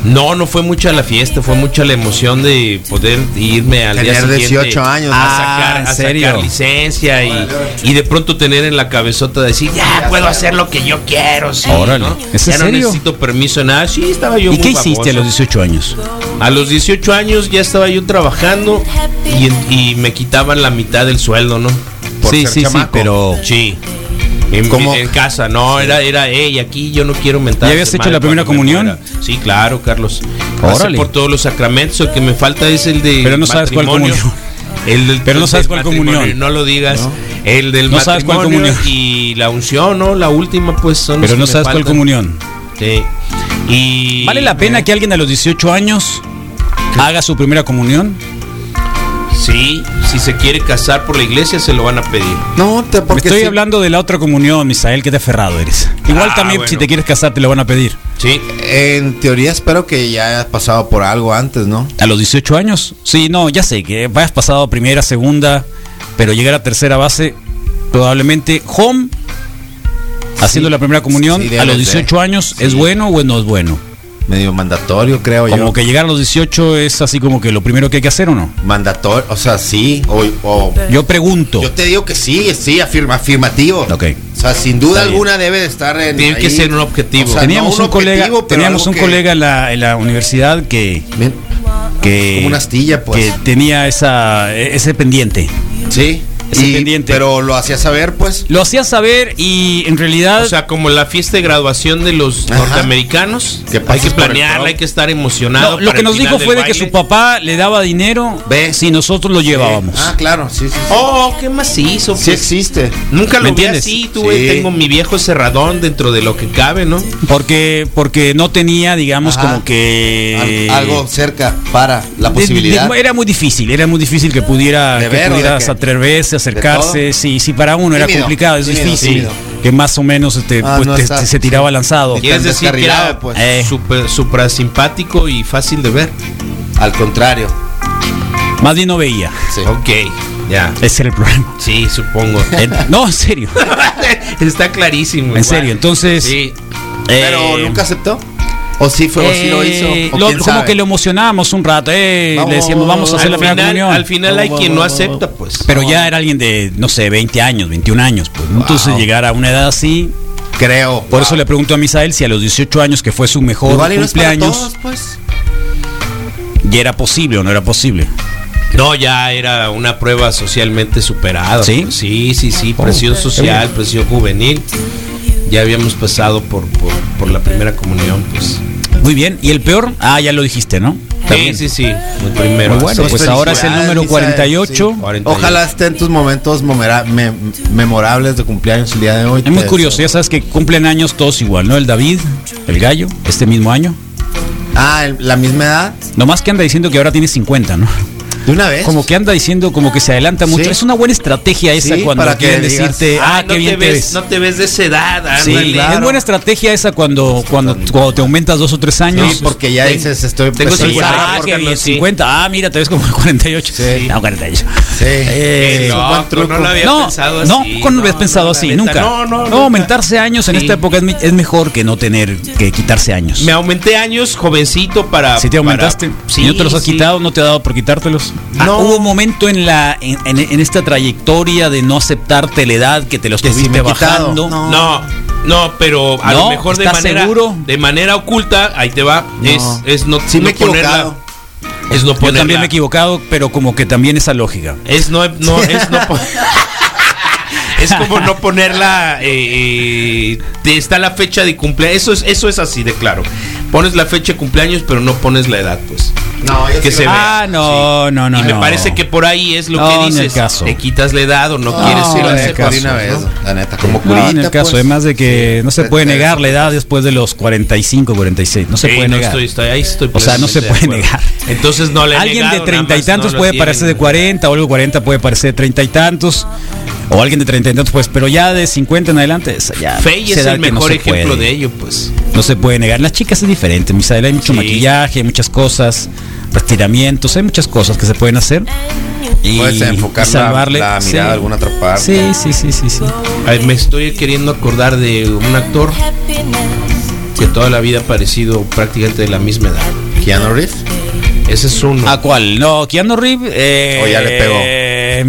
Speaker 4: no, no fue mucha la fiesta, fue mucha la emoción de poder irme al día
Speaker 3: Tener
Speaker 4: siguiente
Speaker 3: 18 años,
Speaker 4: a
Speaker 3: ¿no?
Speaker 4: sacar,
Speaker 1: Ah, ¿en
Speaker 4: a sacar
Speaker 1: serio?
Speaker 4: licencia y, y de pronto tener en la cabezota de decir, ya puedo hacer lo que yo quiero, sí,
Speaker 1: Órale.
Speaker 4: ¿no?
Speaker 1: ¿Es en
Speaker 4: Ya no
Speaker 1: serio?
Speaker 4: necesito permiso de nada. Sí, estaba yo
Speaker 1: ¿Y
Speaker 4: muy
Speaker 1: qué hiciste a
Speaker 4: baboso.
Speaker 1: los 18 años?
Speaker 4: A los 18 años ya estaba yo trabajando y, en- y me quitaban la mitad del sueldo, ¿no?
Speaker 1: Sí, sí, sí, pero-
Speaker 4: Sí. En,
Speaker 3: ¿Cómo?
Speaker 4: en casa, no, era, era, hey, aquí yo no quiero mentar.
Speaker 1: ¿Ya habías hecho la primera comunión?
Speaker 4: Sí, claro, Carlos. Pasé
Speaker 1: Órale.
Speaker 4: por todos los sacramentos, el que me falta es el de.
Speaker 1: Pero no sabes cuál
Speaker 4: matrimonio.
Speaker 1: comunión.
Speaker 4: El del-
Speaker 1: Pero no
Speaker 4: el
Speaker 1: sabes
Speaker 4: del
Speaker 1: cuál
Speaker 4: matrimonio,
Speaker 1: comunión.
Speaker 4: No lo digas. El del
Speaker 1: No sabes cuál
Speaker 4: matrimonio
Speaker 1: comunión.
Speaker 4: Y la unción, ¿no? La última, pues son. los
Speaker 1: Pero
Speaker 4: que
Speaker 1: no
Speaker 4: me
Speaker 1: sabes cuál
Speaker 4: faltan.
Speaker 1: comunión.
Speaker 4: Sí. Y.
Speaker 1: ¿Vale la pena que alguien a los 18 años haga su primera comunión?
Speaker 4: Sí, si se quiere casar por la iglesia se lo van a pedir.
Speaker 3: No, te, porque
Speaker 1: Estoy
Speaker 3: sí-
Speaker 1: hablando de la otra comunión, Misael, que te aferrado eres. Igual
Speaker 4: Ah,
Speaker 1: también
Speaker 4: bueno.
Speaker 1: si te quieres casar te lo van a pedir.
Speaker 4: Sí.
Speaker 3: En teoría espero que ya hayas pasado por algo antes, ¿no?
Speaker 1: ¿A los 18 años? Sí, no, ya sé que vayas pasado a primera, segunda, pero llegar a tercera base, probablemente home, haciendo la primera comunión
Speaker 3: sí,
Speaker 1: a
Speaker 3: debes
Speaker 1: los
Speaker 3: de.
Speaker 1: 18 años, ¿es bueno o no es bueno?
Speaker 3: Medio mandatorio, creo yo.
Speaker 1: Como que llegar a los 18 es así como que lo primero que hay que hacer o no.
Speaker 3: Mandatorio, o sea, sí. O, o-
Speaker 1: Yo pregunto.
Speaker 3: yo te digo que sí, sí, afirma, afirmativo.
Speaker 1: Ok.
Speaker 3: O sea, sin duda
Speaker 1: Está bien.
Speaker 3: alguna debe de estar en.
Speaker 4: Tiene que ser un objetivo.
Speaker 3: O sea,
Speaker 1: teníamos
Speaker 3: no
Speaker 1: un colega,
Speaker 3: objetivo, pero
Speaker 1: teníamos
Speaker 3: algo
Speaker 1: un
Speaker 3: que-
Speaker 1: colega en la, en la universidad que,
Speaker 3: Bien,
Speaker 1: que,
Speaker 3: Como una astilla, pues.
Speaker 1: que tenía esa, ese e-, pendiente.
Speaker 3: Sí.
Speaker 1: ese
Speaker 3: Y-
Speaker 1: pendiente.
Speaker 3: Pero lo hacía saber, pues.
Speaker 1: Lo hacía saber y en realidad
Speaker 4: O sea, como la fiesta de graduación de los
Speaker 3: Ajá.
Speaker 4: norteamericanos,
Speaker 3: Que
Speaker 4: hay que
Speaker 3: pases por el
Speaker 4: planearla,
Speaker 3: club.
Speaker 4: hay que estar
Speaker 1: no,
Speaker 4: emocionado.
Speaker 1: lo
Speaker 4: para
Speaker 1: que
Speaker 4: el
Speaker 1: nos
Speaker 4: final
Speaker 1: dijo
Speaker 4: del
Speaker 1: fue de que
Speaker 4: baile.
Speaker 1: su papá le daba dinero
Speaker 3: Ve.
Speaker 1: si nosotros lo llevábamos.
Speaker 3: Ah, claro, sí, sí. sí.
Speaker 4: Oh, qué macizo.
Speaker 3: Sí
Speaker 4: pues.
Speaker 3: existe.
Speaker 4: Nunca lo
Speaker 1: ¿Me
Speaker 4: vi
Speaker 1: entiendes?
Speaker 4: así, tú, güey.
Speaker 3: Sí.
Speaker 4: Tengo mi viejo cerradón dentro de lo que cabe, ¿no?
Speaker 1: Porque, porque no tenía, digamos,
Speaker 3: Ajá.
Speaker 1: como que.
Speaker 3: Al- algo cerca para la
Speaker 1: de- de-
Speaker 3: posibilidad.
Speaker 1: era muy difícil, era muy difícil que pudiera,
Speaker 3: De
Speaker 1: que
Speaker 3: ver o de
Speaker 1: pudiera
Speaker 3: qué?
Speaker 1: atreverse, acercarse.
Speaker 3: todo?
Speaker 1: Sí, sí, para uno era
Speaker 3: Tímido,
Speaker 1: complicado, es
Speaker 3: tímido,
Speaker 1: difícil.
Speaker 3: tímido.
Speaker 1: Que más o menos este,
Speaker 3: Ah,
Speaker 1: pues,
Speaker 3: no
Speaker 1: te-
Speaker 3: está-
Speaker 1: te- se tiraba
Speaker 3: sí.
Speaker 1: lanzado.
Speaker 3: Y
Speaker 4: Quieres decir que
Speaker 3: descarrilado,
Speaker 4: era
Speaker 3: pues.
Speaker 1: Eh.
Speaker 4: super, simpático y fácil de ver.
Speaker 3: Al contrario.
Speaker 1: Más bien no veía.
Speaker 3: Sí.
Speaker 4: Ok, ya.
Speaker 1: Ese era el problema.
Speaker 4: Sí, supongo.
Speaker 1: Eh, no, en serio.
Speaker 4: Está clarísimo.
Speaker 1: En
Speaker 4: igual.
Speaker 1: serio, entonces.
Speaker 4: Sí.
Speaker 3: Pero
Speaker 1: eh,
Speaker 3: nunca aceptó. O sí fue, o sí lo hizo.
Speaker 1: Eh,
Speaker 3: o
Speaker 1: lo-
Speaker 3: quién
Speaker 1: como
Speaker 3: sabe.
Speaker 1: que lo emocionábamos un rato, eh,
Speaker 3: Vamos,
Speaker 1: le decíamos vamos a hacer la
Speaker 4: Al
Speaker 1: primera
Speaker 4: final,
Speaker 1: comunión.
Speaker 4: al final hay quien no acepta, pues.
Speaker 1: Pero ya era alguien de, no sé, 20 años, 21 años. Pues, ¿no? Entonces
Speaker 3: Wow.
Speaker 1: llegar a una edad así.
Speaker 3: Creo.
Speaker 1: Por eso le pregunto a Misael si a los 18 años, que fue su mejor
Speaker 3: Igual y no es para
Speaker 1: cumpleaños,
Speaker 3: todos, pues.
Speaker 1: ya era posible o no era posible.
Speaker 4: No, ya era una prueba socialmente superada.
Speaker 1: ¿Sí? Oh,
Speaker 4: pues. Sí, sí, sí. Presión social, presión juvenil. Ya habíamos pasado por, por, por la primera comunión, pues.
Speaker 1: Muy bien. ¿Y el peor? Ah, ya lo dijiste, ¿no? También.
Speaker 4: Sí, sí, sí. Muy primero.
Speaker 1: Muy bueno,
Speaker 4: Sí.
Speaker 1: pues ahora es el número
Speaker 3: Felicidades,
Speaker 1: 48.
Speaker 3: sí.
Speaker 4: 48.
Speaker 3: Ojalá estén tus momentos memora- me- memorables de cumpleaños el día de hoy. pues.
Speaker 1: Es muy
Speaker 3: Te
Speaker 1: curioso,
Speaker 3: deseo.
Speaker 1: ya sabes que cumplen años todos igual, ¿no? El David, el gallo, este mismo año.
Speaker 3: Ah, el- la misma edad.
Speaker 1: Nomás que anda diciendo que ahora tiene 50, ¿no?
Speaker 3: De una vez.
Speaker 1: Como que anda diciendo, como que se adelanta mucho.
Speaker 3: Sí.
Speaker 1: Es una buena estrategia esa
Speaker 3: Sí,
Speaker 1: cuando
Speaker 3: para que
Speaker 1: quieren
Speaker 3: digas,
Speaker 1: decirte, ah,
Speaker 4: no
Speaker 1: qué bien
Speaker 4: te
Speaker 1: te ves.
Speaker 4: No te ves de esa edad.
Speaker 1: Sí,
Speaker 4: ándale.
Speaker 1: es buena estrategia esa cuando, cuando, cuando te aumentas dos o tres años.
Speaker 3: Sí, porque ya
Speaker 4: Ten-
Speaker 3: dices, estoy
Speaker 4: tengo
Speaker 3: pues,
Speaker 4: 50.
Speaker 3: igual.
Speaker 1: ah, qué
Speaker 4: Carlos,
Speaker 1: bien,
Speaker 4: sí.
Speaker 1: 50. Ah, mira, te ves como de 48.
Speaker 3: Sí.
Speaker 1: No, 48.
Speaker 3: Sí.
Speaker 1: Eh,
Speaker 4: Qué
Speaker 3: es un buen
Speaker 4: loco,
Speaker 3: truco.
Speaker 4: no lo había
Speaker 1: No,
Speaker 4: pensado así.
Speaker 1: no, no habías pensado
Speaker 4: la
Speaker 1: así,
Speaker 4: neta,
Speaker 1: nunca.
Speaker 4: No, no, nunca.
Speaker 1: aumentarse años en
Speaker 4: Sí.
Speaker 1: esta época es, me- es mejor que no tener que quitarse años.
Speaker 4: Me aumenté años jovencito para.
Speaker 1: Si te aumentaste,
Speaker 4: para-
Speaker 1: si no te los has
Speaker 4: sí.
Speaker 1: quitado, no te ha dado por quitártelos. No.
Speaker 4: Ah, no.
Speaker 1: Hubo un momento en la en, en- en esta trayectoria de no aceptarte la edad que te los
Speaker 3: Que si
Speaker 1: estuviste
Speaker 3: me he quitado,
Speaker 1: bajando.
Speaker 3: no.
Speaker 4: No, no, pero a
Speaker 1: No,
Speaker 4: lo mejor de
Speaker 1: ¿estás
Speaker 4: manera
Speaker 1: seguro?
Speaker 4: de manera oculta, ahí te va,
Speaker 3: No.
Speaker 4: es es no,
Speaker 3: Sí
Speaker 4: no
Speaker 3: me he equivocado.
Speaker 4: es no
Speaker 1: Yo
Speaker 4: ponerla.
Speaker 1: también me he equivocado, pero como que también esa lógica.
Speaker 4: Es no no es no pon- Es como no ponerla. eh, eh, te- está la fecha de cumpleaños. Eso es, eso es así de claro. Pones la fecha de cumpleaños, pero no pones la edad, pues.
Speaker 3: No, yo
Speaker 4: Que
Speaker 3: sí
Speaker 4: se
Speaker 3: lo-
Speaker 4: vea.
Speaker 1: Ah, no, no, no,
Speaker 4: Y me
Speaker 1: no.
Speaker 4: parece que por ahí es lo
Speaker 1: No, ni
Speaker 4: que
Speaker 1: al
Speaker 4: dices.
Speaker 1: caso.
Speaker 4: Te quitas la edad o no
Speaker 3: No,
Speaker 4: quieres
Speaker 3: sí
Speaker 4: ir
Speaker 3: lo
Speaker 4: a
Speaker 1: ni al
Speaker 3: acepto
Speaker 1: Ah,
Speaker 4: ese
Speaker 1: caso,
Speaker 3: de una vez.
Speaker 1: ¿no?
Speaker 3: La neta, como
Speaker 1: No,
Speaker 3: curita,
Speaker 1: en el caso,
Speaker 3: pues.
Speaker 1: además de que no se
Speaker 3: Sí,
Speaker 1: puede
Speaker 3: te-
Speaker 1: negar
Speaker 3: te-
Speaker 1: la edad después de los 45, 46, no se
Speaker 4: Sí,
Speaker 1: puede
Speaker 4: no
Speaker 1: negar.
Speaker 4: estoy- estoy- ahí estoy
Speaker 1: O sea, no se
Speaker 4: plenamente de
Speaker 1: puede
Speaker 4: acuerdo.
Speaker 1: negar.
Speaker 4: Entonces no le he
Speaker 1: alguien
Speaker 4: negado,
Speaker 1: de
Speaker 4: nada
Speaker 1: treinta y
Speaker 4: más no
Speaker 1: tantos
Speaker 4: lo
Speaker 1: puede
Speaker 4: tienen.
Speaker 1: parecer de 40, o algo 40 puede parecer de treinta y tantos, o alguien de treinta y tantos, pues, pero ya de 50 en adelante, esa ya.
Speaker 4: Fey
Speaker 1: esa
Speaker 4: es
Speaker 1: edad
Speaker 4: el
Speaker 1: que no
Speaker 4: mejor
Speaker 1: se
Speaker 4: ejemplo
Speaker 1: puede,
Speaker 4: de ello, pues.
Speaker 1: No se puede negar. Las chicas es diferente, Misael, hay mucho
Speaker 4: Sí.
Speaker 1: maquillaje, hay muchas cosas, retiramientos, hay muchas cosas que se pueden hacer. Y,
Speaker 3: Puedes enfocar
Speaker 1: y
Speaker 3: la-
Speaker 1: salvarle.
Speaker 3: la
Speaker 1: Sí.
Speaker 3: mirada a alguna otra parte.
Speaker 1: Sí, sí, sí, sí, sí.
Speaker 4: Ay, me estoy queriendo acordar de un actor que toda la vida ha parecido prácticamente de la misma edad.
Speaker 3: Keanu Reeves.
Speaker 4: Ese es uno.
Speaker 1: ¿A cuál? No, Keanu Reeves. Eh,
Speaker 3: O Oh, ya le pegó.
Speaker 1: eh,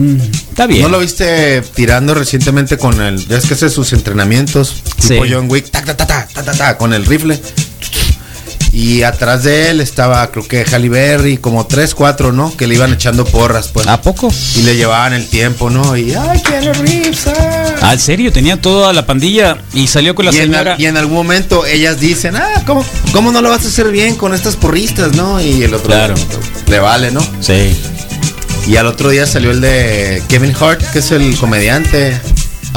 Speaker 1: está bien.
Speaker 3: ¿No lo viste tirando recientemente con el. Ya es que hace sus entrenamientos. Tipo
Speaker 1: Sí.
Speaker 3: John Wick. tac, tac, tac, tac, tac, tac, tac, con el rifle. Y atrás de él estaba, creo que Halle Berry, como tres, cuatro, ¿no? Que le iban echando porras, pues.
Speaker 1: ¿A poco?
Speaker 3: Y le llevaban el tiempo, ¿no? Y. ¡Ay, Keanu Reeves! ah".
Speaker 1: Ah, ¿en serio? Tenía toda la pandilla y salió con la
Speaker 3: y, en,
Speaker 1: señora.
Speaker 3: al- y en algún momento ellas dicen, ah, ¿cómo, ¿cómo no lo vas a hacer bien con estas porristas, no? Y el otro
Speaker 1: Claro.
Speaker 3: le vale, ¿no?
Speaker 1: Sí.
Speaker 3: Y al otro día salió el de Kevin Hart, que es el comediante
Speaker 1: Sí, sí, el,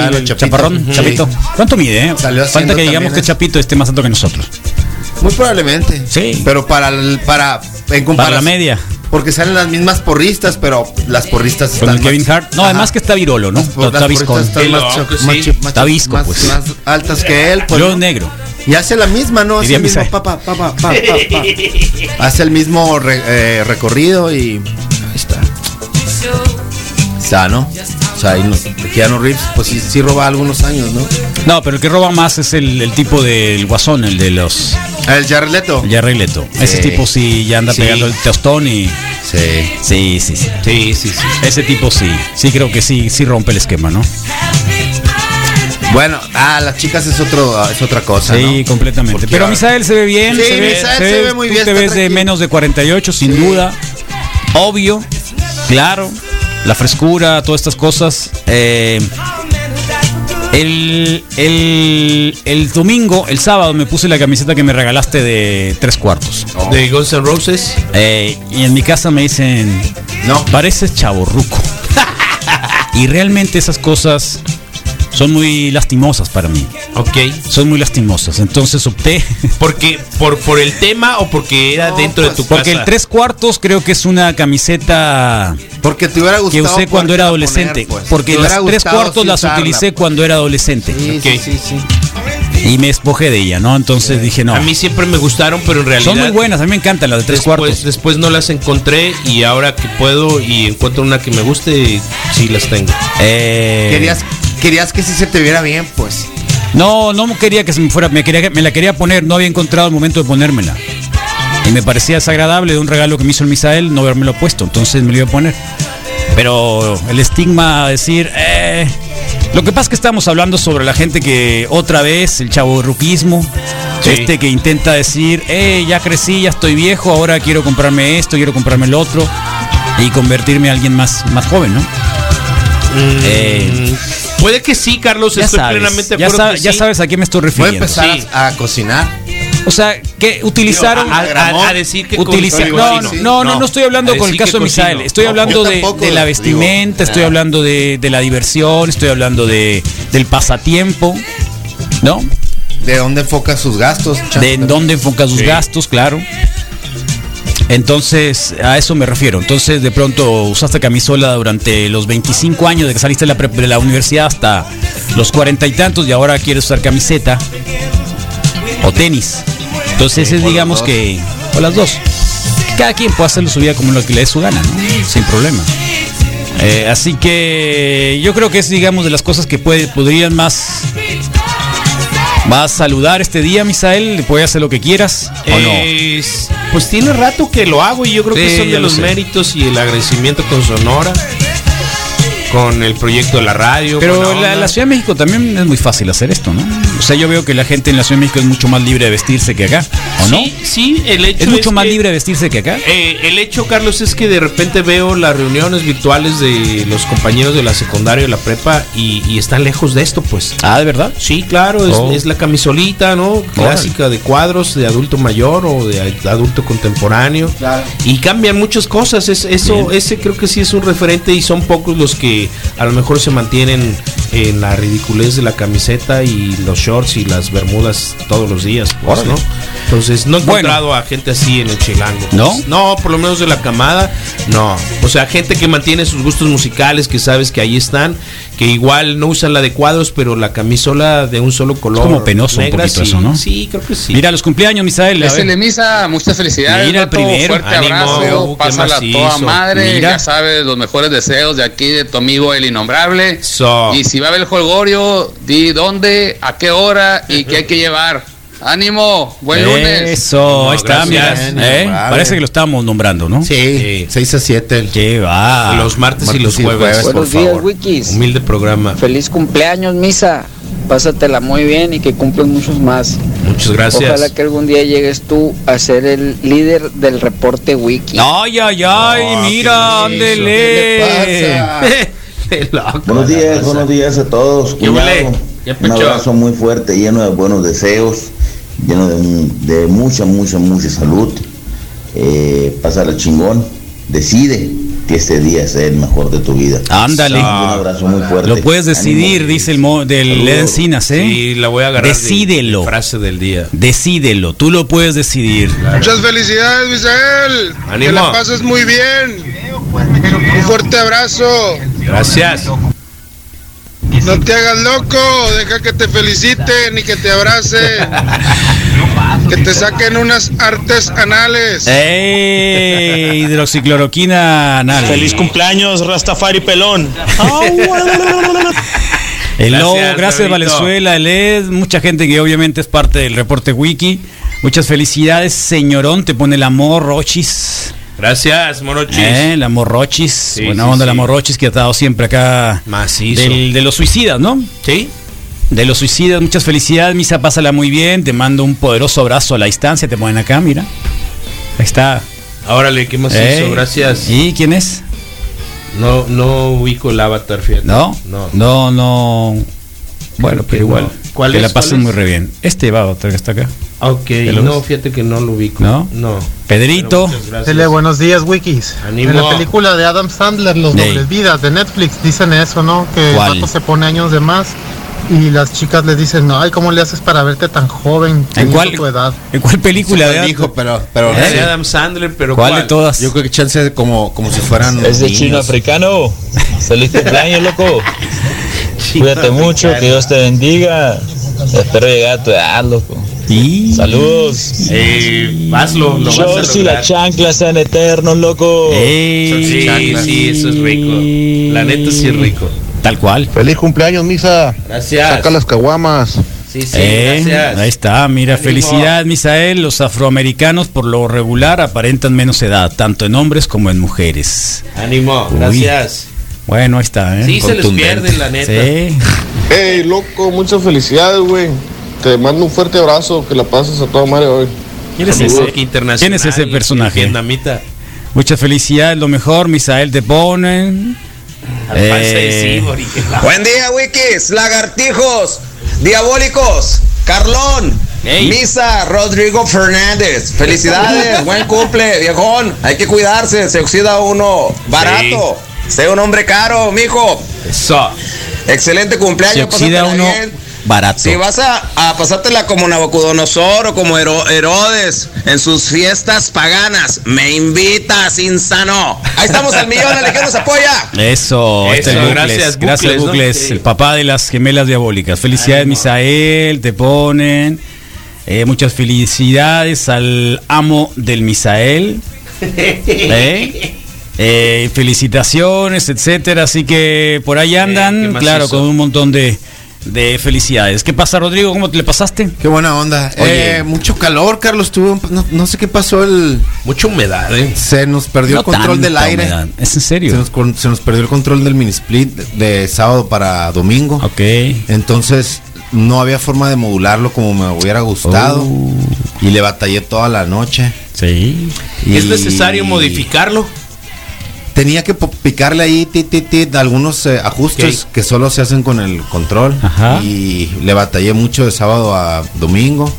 Speaker 3: afroamericano, chapito.
Speaker 1: chaparrón,
Speaker 3: Sí.
Speaker 1: Chapito. ¿Cuánto mide, eh?
Speaker 3: Salió
Speaker 1: Falta
Speaker 3: haciendo
Speaker 1: que digamos
Speaker 3: también Pues
Speaker 1: que
Speaker 3: eso.
Speaker 1: Chapito esté más alto que nosotros.
Speaker 3: Muy probablemente.
Speaker 1: Sí.
Speaker 3: Pero para el- para en comparación-
Speaker 1: Para la media.
Speaker 3: Porque salen las mismas porristas, pero las porristas
Speaker 1: Con el
Speaker 3: más-
Speaker 1: Kevin Hart. No,
Speaker 3: Ajá.
Speaker 1: además que está virolo, ¿no?
Speaker 3: Las por-
Speaker 1: Está
Speaker 3: las
Speaker 1: viscón.
Speaker 3: porristas
Speaker 4: Qué
Speaker 3: están más,
Speaker 4: loco,
Speaker 3: cha-
Speaker 4: sí.
Speaker 3: más chi- más-
Speaker 1: Está visco,
Speaker 3: más-
Speaker 1: pues.
Speaker 3: más altas que él. pues,
Speaker 1: Yo
Speaker 3: ¿no?
Speaker 1: negro.
Speaker 3: Y hace la misma, ¿no? Hace
Speaker 1: Diría
Speaker 3: el mismo,
Speaker 1: Misael.
Speaker 3: pa, pa, pa, pa, pa, pa, pa. Hace el mismo re- eh, recorrido y. Ahí está. Está, ¿no? O sea, ahí no- Keanu Reeves, pues sí, sí roba algunos años, ¿no?
Speaker 1: No, pero el que roba más es el, el tipo del guasón, el de los
Speaker 3: El Jared Leto.
Speaker 1: Jerry Leto. Ese
Speaker 3: Sí.
Speaker 1: tipo sí ya anda
Speaker 4: Sí.
Speaker 1: pegando el tostón y.
Speaker 3: Sí.
Speaker 1: Sí, sí, sí.
Speaker 4: Sí, sí, sí.
Speaker 1: Ese tipo sí. Sí, creo que sí, sí rompe el esquema, ¿no?
Speaker 3: Bueno, ah, las chicas es otro, es otra cosa.
Speaker 1: Sí,
Speaker 3: ¿no?
Speaker 1: completamente.
Speaker 3: Porque
Speaker 1: Pero
Speaker 3: ahora-
Speaker 1: Misael se ve bien.
Speaker 3: Sí, Misael se ve muy
Speaker 1: tú
Speaker 3: bien,
Speaker 1: Te
Speaker 3: está
Speaker 1: ves de
Speaker 3: tranquilo.
Speaker 1: menos de 48, sin duda. Obvio, claro. la frescura, todas estas cosas. Eh, el, el- el domingo, el sábado, me puse la camiseta que me regalaste de tres cuartos.
Speaker 4: De Guns N' Roses.
Speaker 1: Eh, y en mi casa me dicen, no, pareces chaborruco. y realmente esas cosas son muy lastimosas para mí.
Speaker 4: Ok.
Speaker 1: Son muy lastimosas. Entonces opté.
Speaker 4: Porque, por, por el tema o porque era dentro de tu
Speaker 1: pues, Porque
Speaker 4: casa.
Speaker 1: el tres cuartos creo que es una camiseta
Speaker 3: Porque te hubiera
Speaker 1: que
Speaker 3: gustado.
Speaker 1: usé cuando era adolescente.
Speaker 3: pues?
Speaker 1: Porque las tres cuartos las utilicé cuando era adolescente.
Speaker 3: Sí,
Speaker 4: sí,
Speaker 3: sí, pues. sí.
Speaker 1: Y me despojé de ella, ¿no? Entonces dije, no.
Speaker 4: A mí siempre me gustaron, pero en realidad.
Speaker 1: son muy buenas, a mí me encantan las de tres
Speaker 4: después,
Speaker 1: cuartos.
Speaker 4: Después no las encontré y ahora que puedo y encuentro una que me guste, sí las tengo.
Speaker 1: Eh,
Speaker 3: Querías, querías que sí se te viera bien, pues.
Speaker 1: No, no me quería que se me fuera, me, quería, que- me la quería poner, no había encontrado el momento de ponérmela. Y me parecía desagradable de un regalo que me hizo el Misael no haberme lo puesto, entonces me lo iba a poner. Pero el estigma de decir, eh, lo que pasa es que estamos hablando sobre la gente que otra vez, el chavo
Speaker 4: Sí.
Speaker 1: este que intenta decir, eh, ya crecí, ya estoy viejo, ahora quiero comprarme esto, quiero comprarme el otro, y convertirme en alguien más, más joven, ¿no? Eh,
Speaker 4: Puede que sí, Carlos,
Speaker 1: ya
Speaker 4: estoy
Speaker 1: sabes,
Speaker 4: plenamente de
Speaker 1: ya,
Speaker 4: acuerdo.
Speaker 1: sa-
Speaker 4: que
Speaker 1: ya
Speaker 4: sí.
Speaker 1: sabes a qué me estoy
Speaker 3: Voy a
Speaker 1: refiriendo.
Speaker 3: empezar
Speaker 4: Sí.
Speaker 3: a, a cocinar.
Speaker 1: O sea, que utilizaron.
Speaker 4: A, a- a decir que
Speaker 1: utiliza-
Speaker 4: cocino,
Speaker 1: no, no,
Speaker 4: cocino.
Speaker 1: no, no, no estoy
Speaker 4: A
Speaker 1: hablando con el
Speaker 4: decir
Speaker 1: caso
Speaker 4: que
Speaker 1: de Misael.
Speaker 4: cocino.
Speaker 1: Estoy
Speaker 3: No,
Speaker 1: hablando
Speaker 3: yo
Speaker 1: de,
Speaker 3: tampoco,
Speaker 1: de la
Speaker 3: digo,
Speaker 1: vestimenta, estoy
Speaker 3: nada.
Speaker 1: hablando de, de la diversión, estoy hablando de, del pasatiempo, ¿no?
Speaker 3: ¿De dónde enfoca sus gastos? Chan?
Speaker 1: De en dónde enfoca sus gastos, claro. Entonces, a eso me refiero. Entonces, de pronto usaste camisola durante los 25 años de que saliste de la, pre- de la universidad hasta los cuarenta y tantos y ahora quieres usar camiseta o tenis. Entonces, es
Speaker 3: o las
Speaker 1: digamos
Speaker 3: dos.
Speaker 1: que... O las dos. Cada quien puede hacerlo su vida como lo que le dé su gana, ¿no? Sin problema. Eh, así que yo creo que es, digamos, de las cosas que puede, podrían más... Vas a saludar este día, Misael. Puedes hacer lo que quieras. Eh, ¿O no?
Speaker 4: Es- pues tiene rato que lo hago y yo creo
Speaker 1: Sí,
Speaker 4: que son
Speaker 1: ya
Speaker 4: de
Speaker 1: lo
Speaker 4: los
Speaker 1: sé.
Speaker 4: méritos y el agradecimiento con Sonora, con el proyecto de la radio.
Speaker 1: Pero
Speaker 4: buena
Speaker 1: la,
Speaker 4: onda.
Speaker 1: la Ciudad de México también es muy fácil hacer esto, ¿no? O sea, yo veo que la gente en la Ciudad de México es mucho más libre de vestirse que acá, ¿o no?
Speaker 4: Sí, sí, el hecho
Speaker 1: Es mucho más
Speaker 4: que-
Speaker 1: libre de vestirse que acá.
Speaker 4: Eh, el hecho, Carlos, es que de repente veo las reuniones virtuales de los compañeros de la secundaria y la prepa y, y están lejos de esto, pues.
Speaker 1: Ah, ¿de verdad?
Speaker 4: Sí, claro, es,
Speaker 1: Oh.
Speaker 4: es la camisolita, ¿no? Clásica de cuadros de adulto mayor o de a- adulto contemporáneo. Y cambian muchas cosas. Es, eso, ese creo que sí es un referente y son pocos los que a lo mejor se mantienen en la ridiculez de la camiseta y los shorts y las bermudas todos los días, pues, ¿no? Entonces, no he
Speaker 1: Bueno.
Speaker 4: encontrado a gente así en el chilango.
Speaker 1: ¿No?
Speaker 4: No, por lo menos de la camada, no. O sea, gente que mantiene sus gustos musicales, que sabes que ahí están, que igual no usan la de cuadros, pero la camisola de un solo color.
Speaker 1: como penoso un
Speaker 4: negra,
Speaker 1: poquito
Speaker 4: sí,
Speaker 1: eso, ¿no?
Speaker 4: Sí, creo que sí.
Speaker 1: Mira, los cumpleaños, Misael. a
Speaker 5: Ese
Speaker 1: ver.
Speaker 5: Lemisa, muchas felicidades.
Speaker 1: Mira el
Speaker 5: Beto,
Speaker 1: primero.
Speaker 5: Fuerte
Speaker 4: Ánimo,
Speaker 5: abrazo,
Speaker 4: qué
Speaker 5: pásala
Speaker 4: macizo.
Speaker 5: toda madre.
Speaker 1: Mira.
Speaker 5: Ya sabes, los mejores deseos de aquí de tu amigo el innombrable.
Speaker 4: So.
Speaker 5: Y si va a haber jolgorio, di dónde, a qué hora y qué hay que llevar. Ánimo, buen lunes.
Speaker 1: Eso,
Speaker 4: No,
Speaker 1: ahí está,
Speaker 4: gracias.
Speaker 1: mira. ¿eh?
Speaker 3: Bien, vale.
Speaker 1: Parece que lo estábamos nombrando, ¿no?
Speaker 3: Sí,
Speaker 4: Sí.
Speaker 3: 6 a 7.
Speaker 1: Qué va.
Speaker 4: los martes, y los jueves.
Speaker 6: Buenos
Speaker 3: por
Speaker 6: días,
Speaker 3: favor.
Speaker 6: Wikis.
Speaker 4: Humilde programa.
Speaker 6: Feliz cumpleaños, Misa. Pásatela muy bien y que cumplan muchos más.
Speaker 4: Muchas gracias.
Speaker 6: Ojalá que algún día llegues tú a ser el líder del reporte Wiki.
Speaker 1: Ay, ay, ay,
Speaker 3: Oh,
Speaker 1: mira,
Speaker 3: qué macizo. ¿Qué le
Speaker 1: ándele.
Speaker 3: pasa?
Speaker 4: Qué loco.
Speaker 7: Buenos días, buenos días a todos.
Speaker 4: ¿Qué
Speaker 7: cuñado.
Speaker 4: huele? Ya
Speaker 7: Un
Speaker 4: pechó.
Speaker 7: abrazo muy fuerte, lleno de buenos deseos, lleno de, un- de mucha, mucha, mucha salud. Eh, pásala chingón. Decide que este día sea el mejor de tu vida.
Speaker 1: Ándale.
Speaker 7: Un abrazo muy fuerte.
Speaker 1: Lo puedes decidir,
Speaker 7: Ánimo.
Speaker 1: dice el mo del
Speaker 7: Saludos.
Speaker 1: Ed Encinas, ¿eh?
Speaker 4: Sí, la voy a agarrar. de-
Speaker 1: Decídelo.
Speaker 4: de frase del día.
Speaker 1: Decídelo, tú lo puedes decidir.
Speaker 8: Muchas felicidades, Misael.
Speaker 4: Ánimo.
Speaker 8: Que la pases muy bien. Un fuerte abrazo.
Speaker 4: Gracias.
Speaker 8: No te hagas loco. Deja que te feliciten y que te abracen. Que te saquen unas artes anales.
Speaker 1: ¡Ey! Hidroxicloroquina anal.
Speaker 9: Feliz cumpleaños, Rastafari Pelón.
Speaker 1: El
Speaker 4: Gracias,
Speaker 1: lobo, gracias
Speaker 4: Pedrito.
Speaker 1: Valenzuela, el Ed, mucha gente que obviamente es parte del reporte wiki. Muchas felicidades, señorón, te pone el amor, Rochis.
Speaker 4: Gracias, Morochis.
Speaker 1: Eh, el amor Rochis.
Speaker 4: Sí,
Speaker 1: Buena
Speaker 4: sí,
Speaker 1: onda el
Speaker 4: sí.
Speaker 1: amor Rochis que ha estado siempre acá.
Speaker 4: Macizo.
Speaker 1: Del- de los suicidas, ¿no?
Speaker 4: Sí.
Speaker 1: De los suicidas, muchas felicidades, Misa, pásala muy bien. Te mando un poderoso abrazo a la distancia, te ponen acá, mira. Ahí está. ¿Eh?
Speaker 4: Órale, ¿qué más
Speaker 1: Ey.
Speaker 4: hizo? Gracias.
Speaker 1: ¿Y quién es?
Speaker 4: No, no ubico el avatar, fíjate.
Speaker 1: ¿No?
Speaker 4: No.
Speaker 1: No, no. Bueno, pero igual.
Speaker 4: ¿Cuál
Speaker 1: que
Speaker 4: es?
Speaker 1: la pasen
Speaker 4: ¿Cuál
Speaker 1: muy
Speaker 4: es?
Speaker 1: re bien. Este va otro que está acá.
Speaker 4: Ok,
Speaker 1: ¿Te lo
Speaker 4: no,
Speaker 1: ves?
Speaker 4: fíjate que no lo ubico.
Speaker 1: ¿No?
Speaker 4: No.
Speaker 1: Pedrito.
Speaker 4: Pero muchas gracias.
Speaker 10: Dile buenos días, Wikis.
Speaker 4: Ánimo.
Speaker 10: En la película de Adam Sandler, Los
Speaker 1: Ey.
Speaker 10: Dobles Vidas de Netflix, dicen eso, ¿no? Que el
Speaker 1: ¿Cuál?
Speaker 10: vato se pone años de más y las chicas le dicen, ay, ¿cómo le haces para verte tan joven? teniendo
Speaker 1: cuál?
Speaker 10: tu edad?
Speaker 1: ¿En cuál película de
Speaker 3: hijo, pero, pero
Speaker 1: ¿Eh?
Speaker 3: sí.
Speaker 4: Adam Sandler, pero
Speaker 1: ¿Cuál de todas?
Speaker 3: Yo creo que chance de como, como si fueran.
Speaker 9: Es de
Speaker 3: niños.
Speaker 9: chino africano. Feliz cumpleaños, loco. Cuídate mucho, que Dios te bendiga. Espero llegar a tu edad, loco. Saludos.
Speaker 4: Eh, hazlo, lo vas a
Speaker 9: Shorts y
Speaker 4: lograr.
Speaker 9: la chancla sean eternos, loco.
Speaker 4: Sí, sí, eso es rico. La neta sí es rico.
Speaker 1: Tal cual.
Speaker 11: Feliz cumpleaños, Misa.
Speaker 4: Gracias.
Speaker 11: Saca las caguamas.
Speaker 4: Sí, sí,
Speaker 1: Eh,
Speaker 4: gracias.
Speaker 1: ahí está, mira,
Speaker 4: Ánimo.
Speaker 1: felicidad, Misael. Los afroamericanos, por lo regular, aparentan menos edad, tanto en hombres como en mujeres.
Speaker 4: Ánimo,
Speaker 1: Uy.
Speaker 4: gracias.
Speaker 1: Bueno, ahí está, ¿eh?
Speaker 4: Sí, se les
Speaker 1: Contundente.
Speaker 4: pierde, la neta.
Speaker 1: Sí.
Speaker 11: Hey, loco, muchas felicidades, güey. Te mando un fuerte abrazo, que la pases a toda madre hoy.
Speaker 1: ¿Quién es
Speaker 4: Saludos.
Speaker 1: ese?
Speaker 4: Internacional,
Speaker 1: ¿Quién es ese personaje?
Speaker 4: Vietnamita.
Speaker 1: Muchas felicidades, lo mejor, Misael de Bonen. Eh,
Speaker 12: Buen día, Wikis, lagartijos, diabólicos, Carlón, Misa, Rodrigo Fernández. Felicidades, buen cumple, viejón. Hay que cuidarse, se oxida uno barato. Sea un hombre caro, mijo.
Speaker 4: Eso.
Speaker 12: Excelente
Speaker 1: se
Speaker 12: cumpleaños.
Speaker 1: oxida
Speaker 12: pásatela
Speaker 1: uno
Speaker 12: bien.
Speaker 1: barato.
Speaker 12: Si vas a, a pasártela como Nabucodonosor o como Hero- Herodes en sus fiestas paganas, me invitas, insano. Ahí estamos al millón, la Legión nos apoya.
Speaker 1: Eso, este
Speaker 4: Eso,
Speaker 1: es Bucles.
Speaker 4: gracias,
Speaker 1: Gracias,
Speaker 4: Bucles,
Speaker 1: Bucles,
Speaker 4: ¿no? Sí.
Speaker 1: el papá de las gemelas diabólicas. Felicidades, Misael, te ponen. Eh, muchas felicidades al amo del Misael. ¿eh? Eh, felicitaciones, etcétera. Así que por ahí
Speaker 3: ¿qué
Speaker 1: andan,
Speaker 3: más
Speaker 1: claro,
Speaker 3: hizo?
Speaker 1: con un montón de, de felicidades. ¿Qué pasa, Rodrigo? ¿Cómo te le pasaste?
Speaker 3: Qué buena onda.
Speaker 1: Oye.
Speaker 3: Eh, mucho calor, Carlos. Tuve un- no, no sé qué pasó el.
Speaker 4: Mucha humedad, ¿eh?
Speaker 3: Se nos perdió
Speaker 1: No
Speaker 3: el control del
Speaker 1: tanta
Speaker 3: aire.
Speaker 1: humedad. Es en serio.
Speaker 3: Se nos, con- se nos perdió el control del mini split de, de sábado para domingo.
Speaker 1: Ok.
Speaker 3: Entonces no había forma de modularlo como me hubiera gustado.
Speaker 1: Oh.
Speaker 3: Y le batallé toda la noche.
Speaker 1: Sí.
Speaker 4: ¿Es necesario modificarlo?
Speaker 3: Tenía que po- picarle ahí ti, ti, ti, algunos eh, ajustes que solo se hacen con el control.
Speaker 1: Ajá.
Speaker 3: Y le batallé mucho de sábado a domingo.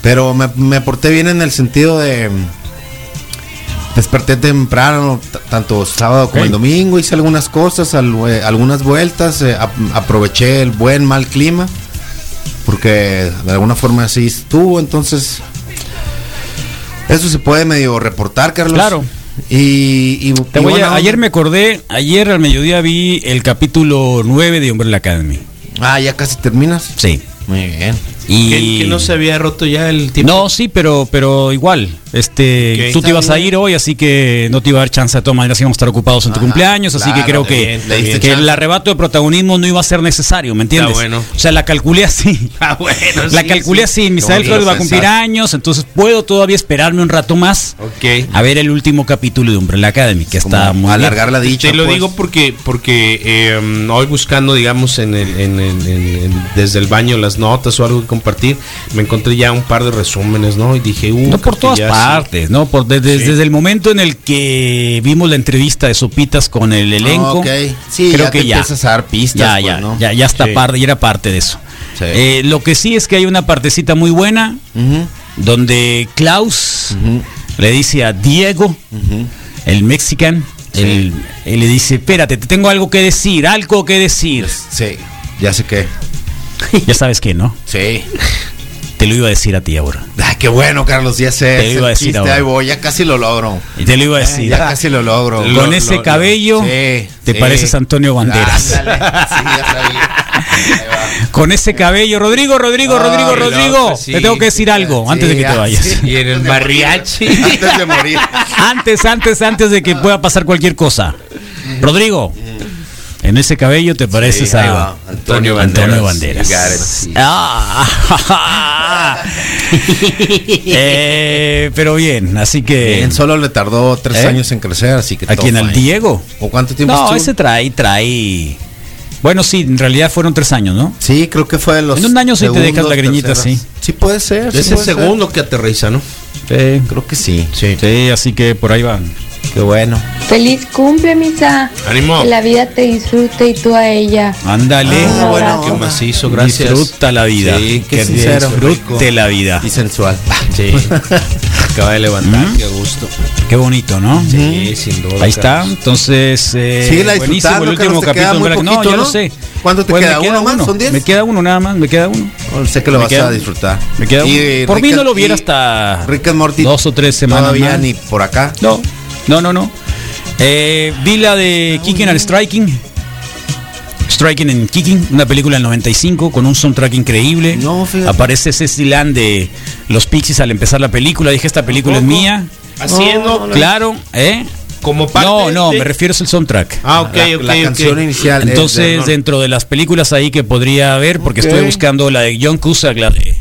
Speaker 3: Pero me, me porté bien en el sentido de... mm, Desperté temprano, t- tanto sábado como
Speaker 1: Ok.
Speaker 3: el domingo, hice algunas cosas, al- eh, algunas vueltas, eh, ap- aproveché el buen mal clima, porque de alguna forma así estuvo, entonces eso se puede medio reportar, Carlos.
Speaker 1: Claro.
Speaker 3: Y, y-
Speaker 1: Te
Speaker 3: y
Speaker 1: voy
Speaker 3: buena
Speaker 1: a-
Speaker 3: onda.
Speaker 1: ayer me acordé, ayer al mediodía vi el capítulo 9 de Hombre de la Academy.
Speaker 3: Ah, ya casi terminas.
Speaker 1: Sí.
Speaker 3: Muy bien.
Speaker 1: Y
Speaker 4: Que, que no se había roto ya el tiempo.
Speaker 1: No, sí, pero, pero igual. Este,
Speaker 4: Ok.
Speaker 1: tú te
Speaker 4: Está
Speaker 1: ibas a
Speaker 4: bien.
Speaker 1: ir hoy, así que no te iba a dar chance de todas maneras íbamos a estar ocupados en tu
Speaker 3: Ajá,
Speaker 1: cumpleaños, así que
Speaker 3: claro,
Speaker 1: creo que,
Speaker 3: bien, le diste
Speaker 1: que el
Speaker 3: chance.
Speaker 1: arrebato de protagonismo no iba a ser necesario, ¿me entiendes?
Speaker 4: bueno.
Speaker 1: O sea, la calculé así.
Speaker 4: Ah, bueno.
Speaker 1: la
Speaker 4: sí,
Speaker 1: calculé
Speaker 4: sí.
Speaker 1: así, Misael
Speaker 3: bonito
Speaker 1: Flores va a cumplir
Speaker 3: pensaste.
Speaker 1: años, entonces puedo todavía esperarme un rato más
Speaker 4: Ok.
Speaker 1: a ver el último capítulo de Umbrella Academy, que está muy bien.
Speaker 3: alargar la dicha.
Speaker 4: Te lo
Speaker 3: pues.
Speaker 4: digo porque porque eh, hoy buscando, digamos, en el, en, el- en- en- desde el baño las notas o algo que compartir, me encontré ya un par de resúmenes, ¿no? Y dije, uh,
Speaker 1: No por
Speaker 4: que
Speaker 1: todas
Speaker 4: ya sí.
Speaker 1: partes, ¿no? Por desde,
Speaker 4: Sí.
Speaker 1: desde el momento en el que vimos la entrevista de Sopitas con el elenco,
Speaker 3: Ah, ok. Sí,
Speaker 1: creo
Speaker 3: ya
Speaker 1: que
Speaker 3: te
Speaker 1: ya.
Speaker 3: empiezas a dar pistas,
Speaker 1: ya,
Speaker 3: pues,
Speaker 1: ya,
Speaker 3: ¿no?
Speaker 1: ya, ya está
Speaker 4: Sí.
Speaker 1: parte, ya era parte de eso.
Speaker 3: Sí.
Speaker 1: Eh, lo que sí es que hay una partecita muy buena
Speaker 3: Ujú,
Speaker 1: donde Klaus
Speaker 3: ujú,
Speaker 1: le dice a Diego,
Speaker 3: ujú.
Speaker 1: el mexican,
Speaker 3: Sí.
Speaker 1: él, él le dice, espérate, te tengo algo que decir, algo que decir.
Speaker 3: Sí, ya sé qué.
Speaker 1: ya sabes que, ¿no?
Speaker 3: Sí.
Speaker 1: Te lo iba a decir a ti ahora.
Speaker 3: Ah, qué bueno, Carlos, ya sé.
Speaker 1: Te
Speaker 3: es
Speaker 1: iba
Speaker 3: el
Speaker 1: a decir
Speaker 3: chiste,
Speaker 1: ahora.
Speaker 3: ahí voy, ya casi lo logro.
Speaker 1: Y te lo iba a decir.
Speaker 3: ya casi lo logro.
Speaker 1: Con
Speaker 3: Lo-
Speaker 1: ese
Speaker 3: lo- lo-
Speaker 1: cabello,
Speaker 3: Sí,
Speaker 1: te
Speaker 3: sí.
Speaker 1: pareces Antonio Banderas.
Speaker 3: Ándale, sí, ya sabía. Ahí va.
Speaker 1: Con ese cabello, Rodrigo, Rodrigo,
Speaker 3: Ay,
Speaker 1: Rodrigo,
Speaker 3: no,
Speaker 1: Rodrigo,
Speaker 4: pues sí,
Speaker 1: te tengo que decir algo
Speaker 3: sí,
Speaker 1: antes de que te
Speaker 3: ah,
Speaker 1: vayas.
Speaker 3: sí.
Speaker 4: Y en el
Speaker 3: Antes de
Speaker 4: mariachi.
Speaker 3: morir. Antes de morir.
Speaker 1: Antes, antes, antes de que pueda pasar cualquier cosa. Rodrigo, en ese cabello te pareces
Speaker 3: Sí, ahí
Speaker 1: a
Speaker 3: va, Antonio
Speaker 1: Antonio
Speaker 3: Banderas.
Speaker 1: Banderas.
Speaker 3: You got it.
Speaker 1: Ah, eh, pero bien, así que
Speaker 3: Bien, solo le tardó tres
Speaker 1: ¿Eh?
Speaker 3: años en crecer, así que.
Speaker 1: ¿A quién?
Speaker 3: todo
Speaker 1: ¿Al
Speaker 3: fine.
Speaker 1: Diego?
Speaker 3: ¿O cuánto tiempo
Speaker 1: No,
Speaker 3: estuvo?
Speaker 1: ese trae, trae. Bueno, sí, en realidad fueron tres años, ¿no?
Speaker 3: Sí, creo que fue de los.
Speaker 1: En un año sí te dejas la greñita,
Speaker 3: terceros.
Speaker 1: sí.
Speaker 3: Sí, puede ser. sí
Speaker 4: Es el
Speaker 3: puede ser.
Speaker 4: segundo que aterriza, ¿no?
Speaker 1: Sí.
Speaker 3: Creo que sí.
Speaker 1: Sí. así que por ahí van.
Speaker 3: Qué bueno.
Speaker 13: Feliz cumple, Misa.
Speaker 4: Ánimo.
Speaker 13: Que la vida te disfrute y tú a ella.
Speaker 1: Ándale.
Speaker 13: Ah, bueno.
Speaker 4: Qué macizo, gracias.
Speaker 1: Disfruta la vida.
Speaker 4: Sí, qué
Speaker 1: Que
Speaker 4: sincero.
Speaker 1: Disfrute la vida.
Speaker 3: Y sensual.
Speaker 1: Ah,
Speaker 4: Sí. Acaba de levantar,
Speaker 1: ¿Mm?
Speaker 4: qué gusto.
Speaker 1: Qué bonito, ¿no?
Speaker 4: Sí, sin duda.
Speaker 1: Ahí está. Entonces, eh,
Speaker 3: Síguela
Speaker 1: buenísimo
Speaker 3: disfrutando,
Speaker 1: el último
Speaker 3: Carlos, te queda
Speaker 1: capítulo.
Speaker 3: muy
Speaker 1: ¿verdad? no,
Speaker 3: poquito,
Speaker 1: yo
Speaker 3: ¿no?
Speaker 1: no sé.
Speaker 3: ¿Cuánto te
Speaker 1: Pues
Speaker 3: queda?
Speaker 1: me
Speaker 3: ¿Uno más? ¿Son diez?
Speaker 1: Me queda uno nada más, me queda uno.
Speaker 3: Oh, Sé que lo
Speaker 1: Me
Speaker 3: vas
Speaker 1: queda-
Speaker 3: a disfrutar.
Speaker 1: Me queda
Speaker 3: Y,
Speaker 1: uno.
Speaker 3: eh,
Speaker 1: Por mí
Speaker 3: Rick
Speaker 1: no lo
Speaker 3: and-
Speaker 1: viera
Speaker 3: y
Speaker 1: hasta
Speaker 3: Rick and Morty
Speaker 1: dos o tres semanas.
Speaker 3: todavía
Speaker 1: más.
Speaker 3: ni por acá.
Speaker 1: No, no, no, no. Eh, vi la de Kicking and Striking. Striking and Kicking, una película del 95 con un soundtrack increíble. Aparece Ceci Land de Los Pixies al empezar la película. Dije, esta película es mía.
Speaker 4: Haciendo.
Speaker 1: Claro, ¿eh?
Speaker 4: Como parte
Speaker 1: No, no,
Speaker 4: de-
Speaker 1: me refiero al soundtrack.
Speaker 4: Ah, ok,
Speaker 3: La- la
Speaker 4: ok, ok.
Speaker 3: canción inicial es de
Speaker 1: Entonces,
Speaker 3: Ron.
Speaker 1: dentro de las películas ahí que podría haber, porque
Speaker 3: Ok.
Speaker 1: estoy buscando la de John Cusack, la de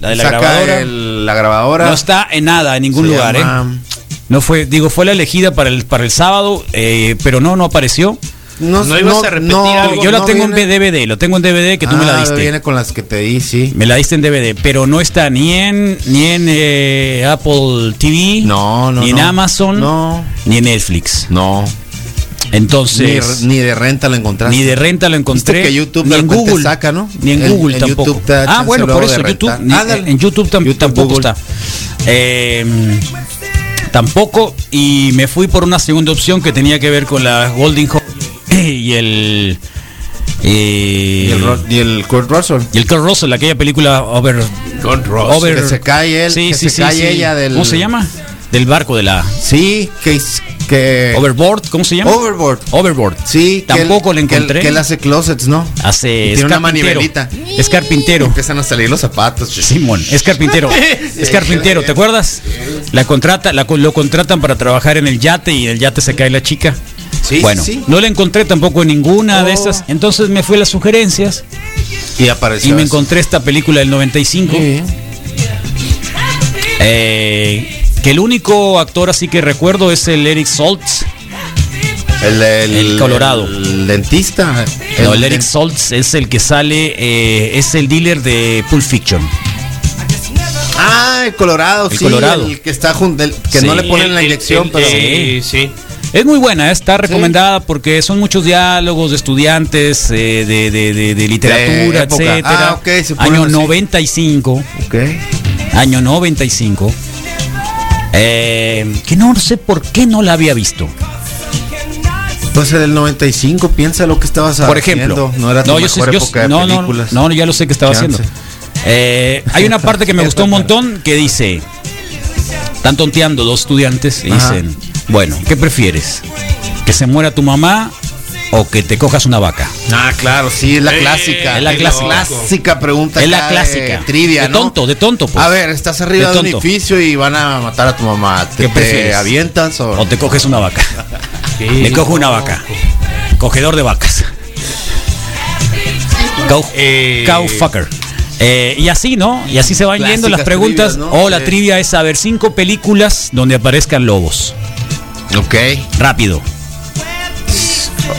Speaker 1: la, de la
Speaker 3: Saca
Speaker 1: grabadora.
Speaker 3: el- la grabadora.
Speaker 1: No está en nada, en ningún
Speaker 3: Se
Speaker 1: lugar,
Speaker 3: llama-
Speaker 1: ¿eh? No fue, digo, fue la elegida para el, para el sábado, eh, pero no, no apareció.
Speaker 3: No,
Speaker 4: No ibas a repetir algo,
Speaker 1: Yo la
Speaker 3: no
Speaker 1: tengo
Speaker 3: viene-
Speaker 1: en DVD, lo tengo en DVD que tú me la
Speaker 3: Ah,
Speaker 1: diste.
Speaker 3: Viene con las que te di, sí.
Speaker 1: Me la diste en DVD, pero no está ni en ni en eh, Apple TV,
Speaker 3: No, no,
Speaker 1: ni en
Speaker 3: no.
Speaker 1: Amazon,
Speaker 3: No.
Speaker 1: ni en Netflix.
Speaker 3: No.
Speaker 1: Entonces,
Speaker 3: ni, ni de renta la encontraste.
Speaker 1: ni de renta lo
Speaker 3: Viste
Speaker 1: encontré.
Speaker 3: que YouTube
Speaker 1: ni
Speaker 3: de
Speaker 1: en
Speaker 3: repente
Speaker 1: Google
Speaker 3: saca, ¿no?
Speaker 1: Ni en,
Speaker 3: En-
Speaker 1: Google
Speaker 3: en
Speaker 1: tampoco.
Speaker 3: YouTube te da
Speaker 1: ah,
Speaker 3: chance
Speaker 1: bueno,
Speaker 3: luego
Speaker 1: por
Speaker 3: de
Speaker 1: eso YouTube,
Speaker 3: rentar.
Speaker 1: ni-
Speaker 3: Ándale.
Speaker 1: en YouTube, tam- tampoco
Speaker 3: Google.
Speaker 1: está. Eh, tampoco y me fui por una segunda opción que tenía que ver con la Golden Home y el eh,
Speaker 3: Y el, Ro- y el Kurt Russell.
Speaker 1: y el Kurt Russell, aquella película Over.
Speaker 4: Con Ross.
Speaker 1: over
Speaker 3: que se cae él,
Speaker 1: Sí,
Speaker 3: que
Speaker 1: sí,
Speaker 3: se
Speaker 1: sí,
Speaker 3: cae
Speaker 1: sí.
Speaker 3: ella del.
Speaker 1: ¿Cómo se llama? Del barco de la.
Speaker 3: Sí, que es- que
Speaker 1: Overboard, ¿cómo se llama?
Speaker 3: Overboard.
Speaker 1: Overboard.
Speaker 3: Eh, Sí, que
Speaker 1: Tampoco
Speaker 3: él-
Speaker 1: la
Speaker 3: que él-
Speaker 1: encontré. Ah.
Speaker 3: Que él hace closets, ¿no?
Speaker 1: Hace.
Speaker 3: Y
Speaker 1: es
Speaker 3: tiene una
Speaker 1: carpintero.
Speaker 3: manivelita.
Speaker 1: Es carpintero.
Speaker 3: Empiezan a salir los zapatos.
Speaker 1: Simón, es carpintero. Es carpintero, ¿te acuerdas? La contrata, la, lo contratan para trabajar en el yate y en el yate se cae la chica.
Speaker 3: Sí,
Speaker 1: bueno,
Speaker 3: sí. Oh.
Speaker 1: no la encontré tampoco en ninguna de esas. Entonces me fui a las sugerencias
Speaker 3: Y
Speaker 1: y
Speaker 3: apareció.
Speaker 1: me
Speaker 3: eso.
Speaker 1: encontré esta película del 95. Eh, que el único actor así que recuerdo es el Eric Stoltz.
Speaker 3: El, el-
Speaker 1: El Colorado.
Speaker 3: El dentista.
Speaker 1: No, el Eric Stoltz es el que sale, eh, es el dealer de Pulp Fiction.
Speaker 3: Ah, el Colorado,
Speaker 1: El
Speaker 3: sí.
Speaker 1: Colorado.
Speaker 3: El que está junto. el Que no
Speaker 1: Sí.
Speaker 3: le ponen la
Speaker 4: El- el-
Speaker 3: inyección,
Speaker 4: el-
Speaker 3: pero.
Speaker 4: eh, sí.
Speaker 1: Es muy buena, ¿eh? está recomendada porque son muchos diálogos de estudiantes, eh, de, de- de- de literatura,
Speaker 3: época.
Speaker 1: etcétera.
Speaker 3: Ah, ok, se ponen
Speaker 1: año
Speaker 3: así.
Speaker 1: 95,
Speaker 3: Ok.
Speaker 1: año 95. eh, que no sé por qué no la había visto.
Speaker 3: Pues en el 95, piensa lo que estabas
Speaker 1: Por
Speaker 3: haciendo.
Speaker 1: ejemplo,
Speaker 3: No era tu
Speaker 1: yo
Speaker 3: mejor
Speaker 1: sé- yo
Speaker 3: época
Speaker 1: sé-
Speaker 3: de
Speaker 1: no, no,
Speaker 3: películas.
Speaker 1: no, ya lo sé que estaba
Speaker 3: Chance.
Speaker 1: haciendo. Eh, hay una parte que me gustó un montón que dice, están tonteando dos estudiantes y
Speaker 3: Ajá.
Speaker 1: dicen, bueno, ¿qué prefieres? ¿Que se muera tu mamá o que te cojas una vaca?
Speaker 3: Ah, claro, sí, es la
Speaker 4: Eh,
Speaker 3: clásica.
Speaker 1: es la
Speaker 3: Qué
Speaker 1: clásica.
Speaker 3: clásica pregunta.
Speaker 1: Es la
Speaker 3: acá de
Speaker 1: clásica.
Speaker 3: Trivia,
Speaker 1: de
Speaker 3: ¿no?
Speaker 1: tonto, de tonto, pues.
Speaker 3: a ver, estás arriba
Speaker 1: De
Speaker 3: de, un
Speaker 1: tonto.
Speaker 3: edificio y van a matar a tu mamá. ¿Te,
Speaker 1: ¿Qué
Speaker 3: te
Speaker 1: prefieres?
Speaker 3: avientas o.?
Speaker 1: O te coges una vaca. Le cojo una vaca. Cogedor de vacas. Cow,
Speaker 4: Eh,
Speaker 1: cowfucker. Eh, y así, ¿no? Y así se van yendo las
Speaker 3: Clásicas
Speaker 1: preguntas.
Speaker 3: trivias, ¿no?
Speaker 1: O la
Speaker 3: Sí.
Speaker 1: trivia es saber cinco películas donde aparezcan lobos.
Speaker 3: Ok.
Speaker 1: Rápido.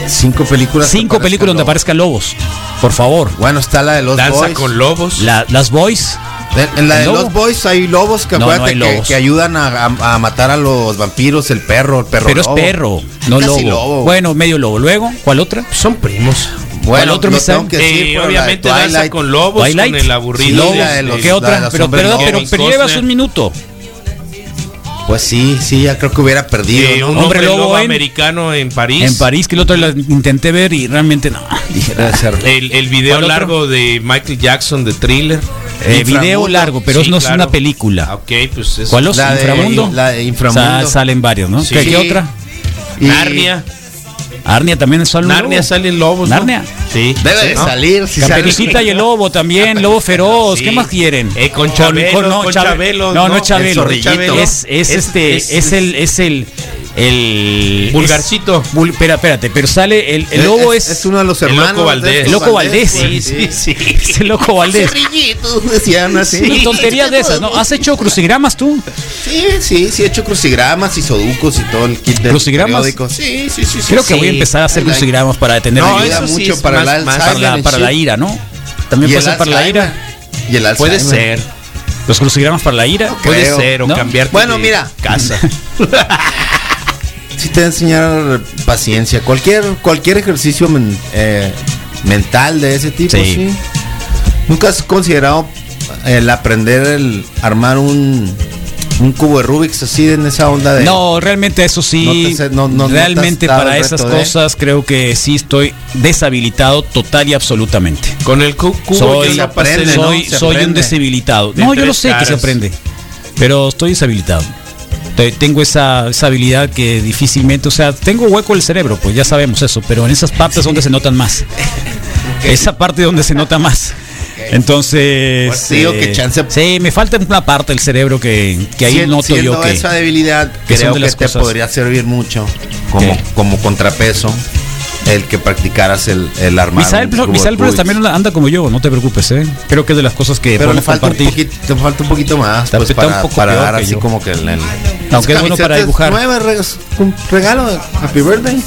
Speaker 3: Cinco películas. que
Speaker 1: Cinco
Speaker 3: aparezcan
Speaker 1: películas donde
Speaker 3: lobos.
Speaker 1: aparezcan lobos. Por favor.
Speaker 3: Bueno, está la de los
Speaker 4: Danza
Speaker 3: boys.
Speaker 4: con lobos.
Speaker 1: La- las boys.
Speaker 3: En, en la de
Speaker 1: ¿El lobo?
Speaker 3: los boys hay lobos que
Speaker 1: No, no
Speaker 3: acuérdate
Speaker 1: hay
Speaker 3: que-
Speaker 1: lobos.
Speaker 3: Que, ayudan a, a- a matar a los vampiros, el perro, el perro.
Speaker 1: Pero
Speaker 3: lobo.
Speaker 1: es perro, no
Speaker 3: Casi
Speaker 1: lobo.
Speaker 3: lobo.
Speaker 1: Bueno, medio lobo. Luego, ¿cuál otra?
Speaker 4: Son primos.
Speaker 1: ¿cuál otro
Speaker 3: lo
Speaker 1: misa?
Speaker 3: tengo que decir,
Speaker 4: Eh,
Speaker 3: pero la de
Speaker 4: obviamente danza
Speaker 3: Twilight.
Speaker 4: con lobos,
Speaker 1: Twilight.
Speaker 4: con el aburrido.
Speaker 3: Sí,
Speaker 4: de-
Speaker 3: la de los-
Speaker 1: ¿Qué
Speaker 3: la
Speaker 1: otra?
Speaker 3: de los
Speaker 1: pero
Speaker 3: hombres
Speaker 1: perdón,
Speaker 3: lobo.
Speaker 1: pero, pero llevas
Speaker 4: Costner.
Speaker 1: un minuto.
Speaker 3: Pues sí, sí, ya creo que hubiera perdido.
Speaker 4: de
Speaker 3: ¿no?
Speaker 4: un
Speaker 1: Hombre
Speaker 4: hombre lobo,
Speaker 1: lobo en-
Speaker 4: americano en París.
Speaker 1: En París, que el otro la intenté ver y realmente no.
Speaker 3: Debe ser.
Speaker 4: El, el video
Speaker 1: ¿Cuál otro?
Speaker 4: largo de Michael Jackson de Thriller.
Speaker 1: Eh,
Speaker 3: Inframundo.
Speaker 1: video largo, pero
Speaker 4: Sí,
Speaker 1: no es
Speaker 4: claro.
Speaker 1: una película.
Speaker 4: Ah, Ok, pues es.
Speaker 1: ¿Cuál es?
Speaker 3: La de-
Speaker 1: ¿Inframundo?
Speaker 3: la de Inframundo.
Speaker 1: Sa- salen varios, ¿no?
Speaker 4: Sí.
Speaker 1: ¿Qué, qué
Speaker 4: Sí.
Speaker 1: otra?
Speaker 3: Y-
Speaker 4: Narnia.
Speaker 1: Arnia también es solo un
Speaker 4: Narnia
Speaker 1: lobo.
Speaker 4: salen lobos. ¿no?
Speaker 1: Narnia.
Speaker 4: Sí.
Speaker 3: Debe de
Speaker 4: ¿no?
Speaker 3: salir. Si
Speaker 1: Caperucita y el lobo también, lobo feroz,
Speaker 4: Sí.
Speaker 1: ¿qué más quieren?
Speaker 4: Eh, con
Speaker 1: Con-
Speaker 4: Chabelo,
Speaker 1: con-
Speaker 4: con
Speaker 1: Chabe-
Speaker 4: Chabelo,
Speaker 1: no, no
Speaker 4: ¿no?
Speaker 1: es Chabelo,
Speaker 3: El zorrillito.
Speaker 1: es, es
Speaker 4: Es-
Speaker 1: este, es,
Speaker 4: es-
Speaker 1: el, es el, el
Speaker 4: Vulgarcito.
Speaker 1: es- Vul- espera, espérate, pero sale el, el lobo es,
Speaker 3: Es uno de los
Speaker 4: El Loco
Speaker 3: hermanos. de
Speaker 4: Valdés.
Speaker 3: estos
Speaker 1: el loco Valdés,
Speaker 4: Sí, sí, sí.
Speaker 1: es el loco Valdés.
Speaker 3: Zorrillitos, decían así.
Speaker 1: Una tontería de esas, ¿no? ¿Has hecho crucigramas tú?
Speaker 3: Sí, sí, sí, he hecho crucigramas y soducos y todo el kit de
Speaker 1: ¿Crucigramas?
Speaker 3: Sí, sí, sí, sí.
Speaker 1: Creo que
Speaker 3: sí.
Speaker 1: voy a empezar a hacer
Speaker 3: Ay, la-
Speaker 1: crucigramas para detener
Speaker 3: No,
Speaker 1: la
Speaker 4: eso
Speaker 1: ira.
Speaker 3: ayuda
Speaker 4: sí
Speaker 3: mucho
Speaker 4: es
Speaker 3: para
Speaker 4: más-
Speaker 3: la
Speaker 4: más
Speaker 1: para la, para la ira, ¿no? También puede ser para la ira.
Speaker 3: Y el
Speaker 4: Puede
Speaker 3: Alzheimer.
Speaker 4: ser.
Speaker 1: Los crucigramas para la ira.
Speaker 3: creo.
Speaker 4: Puede ser. O
Speaker 1: ¿No?
Speaker 4: cambiarte
Speaker 3: Bueno,
Speaker 4: de
Speaker 3: mira.
Speaker 4: Casa.
Speaker 3: sí te va a enseñar paciencia. Cualquier, cualquier ejercicio men- eh, mental de ese tipo, sí. ¿Nunca has considerado el aprender el armar un, un cubo de Rubik's así en esa onda de.
Speaker 1: No, realmente eso sí.
Speaker 3: No te sé, no- no- no te
Speaker 1: realmente
Speaker 3: has dado
Speaker 1: para
Speaker 3: el
Speaker 1: esas
Speaker 3: reto de-
Speaker 1: cosas creo que sí estoy deshabilitado total y absolutamente.
Speaker 4: Con el cu- cubo
Speaker 1: soy,
Speaker 4: yo no pasé
Speaker 1: soy-
Speaker 4: de-
Speaker 1: soy,
Speaker 4: se
Speaker 1: soy un
Speaker 4: aprende.
Speaker 1: deshabilitado.
Speaker 4: De
Speaker 1: no, yo lo
Speaker 4: tres
Speaker 1: sé que se
Speaker 4: caras.
Speaker 1: aprende, pero estoy deshabilitado. Te- Tengo esa, esa habilidad que difícilmente, o sea, tengo hueco en el cerebro, pues ya sabemos eso, pero en esas partes donde se notan más. Esa parte donde se nota más. Entonces, eh,
Speaker 3: Pues te digo que chance-
Speaker 1: sí, me falta una parte del cerebro que, que ahí
Speaker 3: Sien-
Speaker 1: noto yo
Speaker 3: siendo
Speaker 1: que
Speaker 3: esa debilidad
Speaker 1: que son de
Speaker 3: creo que
Speaker 1: las
Speaker 3: te
Speaker 1: cosas.
Speaker 3: podría servir mucho como,
Speaker 1: ¿Qué?
Speaker 3: como contrapeso el que practicaras el, el armar
Speaker 1: Misael,
Speaker 3: un
Speaker 1: Flores-
Speaker 3: cubo de
Speaker 1: Misael Flores
Speaker 3: Rubik's.
Speaker 1: también anda como yo, no te preocupes, ¿eh? Creo que es de las cosas que
Speaker 3: pero le
Speaker 1: podemos
Speaker 3: falta un,
Speaker 1: compartir.
Speaker 3: poquito, le falta un poquito más
Speaker 1: Está-
Speaker 3: pues,
Speaker 1: está un
Speaker 3: para,
Speaker 1: poco
Speaker 3: para
Speaker 1: peor
Speaker 3: dar
Speaker 1: que
Speaker 3: así
Speaker 1: yo.
Speaker 3: como que el, el-
Speaker 1: Aunque es
Speaker 3: Esas
Speaker 1: bueno para
Speaker 3: camisetas
Speaker 1: dibujar.
Speaker 3: nuevas, regas- un regalo de happy birthday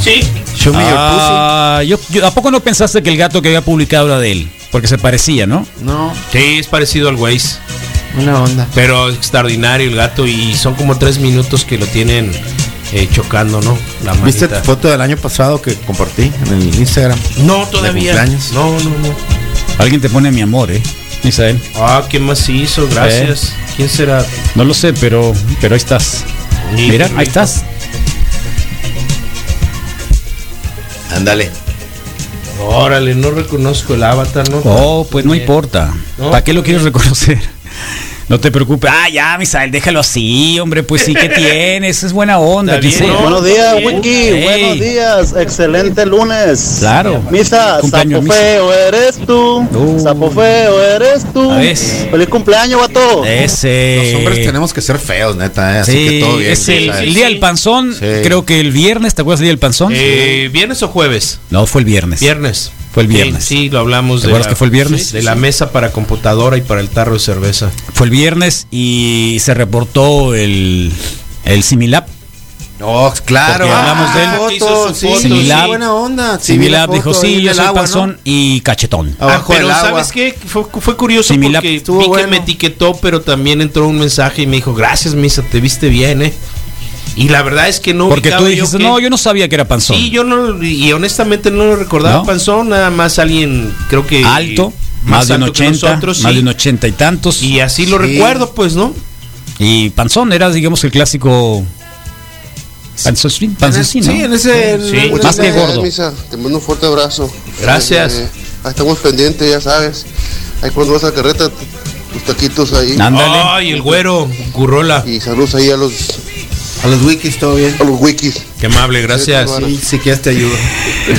Speaker 4: sí
Speaker 3: show me
Speaker 1: Ah, yo, yo- ¿A poco no pensaste que el gato que había publicado era de él? Porque se parecía, ¿no?
Speaker 3: your pussy no
Speaker 4: Sí, es parecido al Waze.
Speaker 3: una onda
Speaker 4: Pero extraordinario el gato y son como tres minutos que lo tienen eh, chocando, ¿no? La
Speaker 3: viste tu
Speaker 4: manita.
Speaker 3: foto del año pasado que compartí en el Instagram
Speaker 4: No,
Speaker 3: De
Speaker 4: todavía.
Speaker 3: cumpleaños.
Speaker 4: No, no, no.
Speaker 1: Alguien te pone mi amor, ¿eh? Misael.
Speaker 4: Ah, ¿qué más
Speaker 1: ¿Eh?
Speaker 4: hizo? Gracias. ¿Quién será?
Speaker 1: No lo sé, pero, pero ahí estás.
Speaker 4: Sí,
Speaker 1: Mira,
Speaker 4: qué
Speaker 1: ahí
Speaker 4: rico.
Speaker 1: estás.
Speaker 3: ándale
Speaker 4: Órale, no reconozco el avatar, ¿no?
Speaker 1: Oh, pues no
Speaker 4: Bien.
Speaker 1: importa.
Speaker 4: No, pues
Speaker 1: ¿Para qué lo quieres reconocer? No te preocupes. Ah, ya, Misael, déjalo así, hombre. Pues sí, que tienes? Es buena onda.
Speaker 4: Está
Speaker 1: ¿qué
Speaker 4: bien,
Speaker 1: sé?
Speaker 4: ¿no?
Speaker 14: Buenos días,
Speaker 4: Bien.
Speaker 14: Wiki.
Speaker 1: Ey.
Speaker 14: Buenos días. Excelente lunes.
Speaker 1: Claro.
Speaker 14: Misa,
Speaker 1: Cumpleaños,
Speaker 14: sapo
Speaker 1: Misa. Uh,
Speaker 14: feo eres tú. Sapo feo eres tú.
Speaker 1: A veces.
Speaker 14: Feliz cumpleaños, vato.
Speaker 1: Ese.
Speaker 4: Eh,
Speaker 3: los hombres tenemos que ser feos neta eh, así
Speaker 1: Sí,
Speaker 3: que todo bien
Speaker 1: es el,
Speaker 3: ¿sabes?
Speaker 1: el día del panzón.
Speaker 3: Sí.
Speaker 1: Creo que el viernes, ¿te acuerdas del día del panzón?
Speaker 4: Eh, ¿Viernes o jueves?
Speaker 1: No, fue el viernes.
Speaker 4: Viernes.
Speaker 1: Fue el viernes.
Speaker 4: Sí, sí, lo hablamos
Speaker 1: ¿Te acuerdas que fue el viernes?
Speaker 4: De la mesa para computadora y para el tarro de cerveza.
Speaker 1: Fue el viernes y se reportó el, el Similab.
Speaker 3: Oh, claro.
Speaker 1: Porque hablamos de él.
Speaker 3: Ah,
Speaker 4: Hizo su
Speaker 3: foto, sí,
Speaker 4: foto,
Speaker 3: sí,
Speaker 1: Similab.
Speaker 3: buena onda. Sí, vi la
Speaker 1: Similab dijo,
Speaker 3: foto ahí
Speaker 1: sí,
Speaker 3: en
Speaker 1: yo
Speaker 3: el
Speaker 1: soy
Speaker 3: agua, ¿no?
Speaker 1: panzón y cachetón.
Speaker 4: Ah,
Speaker 3: Abajo
Speaker 4: pero
Speaker 3: del agua.
Speaker 4: ¿sabes qué? Fue, fue curioso
Speaker 1: Similab.
Speaker 4: porque
Speaker 3: Estuvo
Speaker 4: vi que
Speaker 3: bueno.
Speaker 4: me etiquetó, pero también entró un mensaje y me dijo, gracias, Misa, te viste bien, ¿eh? Y la verdad es que no
Speaker 1: Porque
Speaker 4: ubicaba
Speaker 1: tú
Speaker 4: yo
Speaker 1: dijiste,
Speaker 4: que-
Speaker 1: no, yo no sabía que era panzón.
Speaker 4: Sí, yo no, y honestamente no lo recordaba
Speaker 1: ¿No?
Speaker 4: Panzón, nada más alguien, creo que...
Speaker 1: alto, más, de un
Speaker 4: alto que
Speaker 1: 80,
Speaker 4: nosotros,
Speaker 1: más
Speaker 4: sí.
Speaker 1: de un 80 y tantos.
Speaker 4: Y así lo
Speaker 1: Sí.
Speaker 4: recuerdo, pues, ¿no?
Speaker 1: Y panzón era, digamos, el clásico... Panzón, panzón, sí, ¿no?
Speaker 3: Sí, en ese.
Speaker 4: Sí.
Speaker 3: en-
Speaker 1: Más que gordo.
Speaker 8: Misa, te mando un fuerte abrazo.
Speaker 4: Gracias.
Speaker 8: Eh, ahí estamos pendientes, ya sabes. Ahí cuando vas a la carreta, tus taquitos ahí.
Speaker 1: Ándale.
Speaker 3: Oh.
Speaker 4: Ay, el güero, Gurrola.
Speaker 8: Y saludos ahí a los,
Speaker 3: A los wikis todo bien.
Speaker 8: a los wikis.
Speaker 4: Qué amable, gracias.
Speaker 3: Sí, si quieres te ayudo.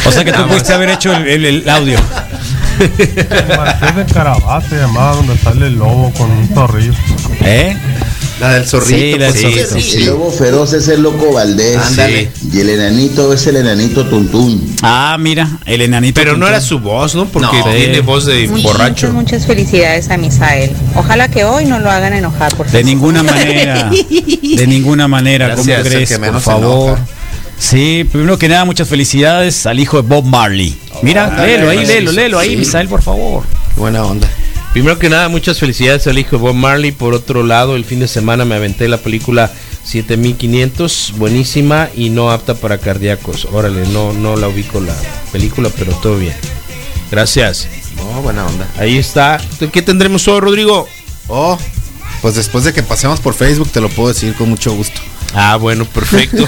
Speaker 1: O sea que tú pudiste haber hecho el, el- el audio.
Speaker 15: Marqués de Carabás se llamaba donde sale el lobo con un zorrillo.
Speaker 1: ¿Eh?
Speaker 3: La del zorrito.
Speaker 1: Sí, la del
Speaker 3: pues,
Speaker 1: zorrito.
Speaker 3: sí, sí.
Speaker 7: El lobo feroz es el loco Valdés.
Speaker 3: Ándale.
Speaker 7: Y el enanito es el enanito Tuntún.
Speaker 1: Ah, mira, el enanito.
Speaker 4: Pero no
Speaker 1: Tuntún.
Speaker 4: era su voz, ¿no? Porque
Speaker 1: No.
Speaker 4: tiene
Speaker 1: Sí.
Speaker 4: voz de borracho.
Speaker 16: Muchas felicidades a Misael. Ojalá que hoy no lo hagan enojar, por
Speaker 1: De ninguna manera. De ninguna manera, ¿cómo
Speaker 3: Gracias, el
Speaker 1: crees?
Speaker 3: que
Speaker 1: Por
Speaker 3: menos se
Speaker 1: favor.
Speaker 3: enoja.
Speaker 1: Sí, primero que nada, muchas felicidades al hijo de Bob Marley.
Speaker 3: Oh,
Speaker 1: Mira,
Speaker 4: Ándale,
Speaker 1: léelo ahí,
Speaker 4: sí,
Speaker 1: léelo,
Speaker 4: sí,
Speaker 1: léelo ahí,
Speaker 4: sí.
Speaker 1: Misael, por favor.
Speaker 3: Buena onda.
Speaker 4: Primero que nada, muchas felicidades al hijo de Bob Marley. Por otro lado, el fin de semana me aventé la película 7500, buenísima y no apta para cardíacos. Órale, no, no la ubico la película, pero todo bien. Gracias.
Speaker 3: Oh, buena onda.
Speaker 4: Ahí está. ¿Qué tendremos hoy, Rodrigo?
Speaker 3: Oh, pues después de que pasemos por Facebook te lo puedo decir con mucho gusto.
Speaker 4: Ah, bueno, perfecto.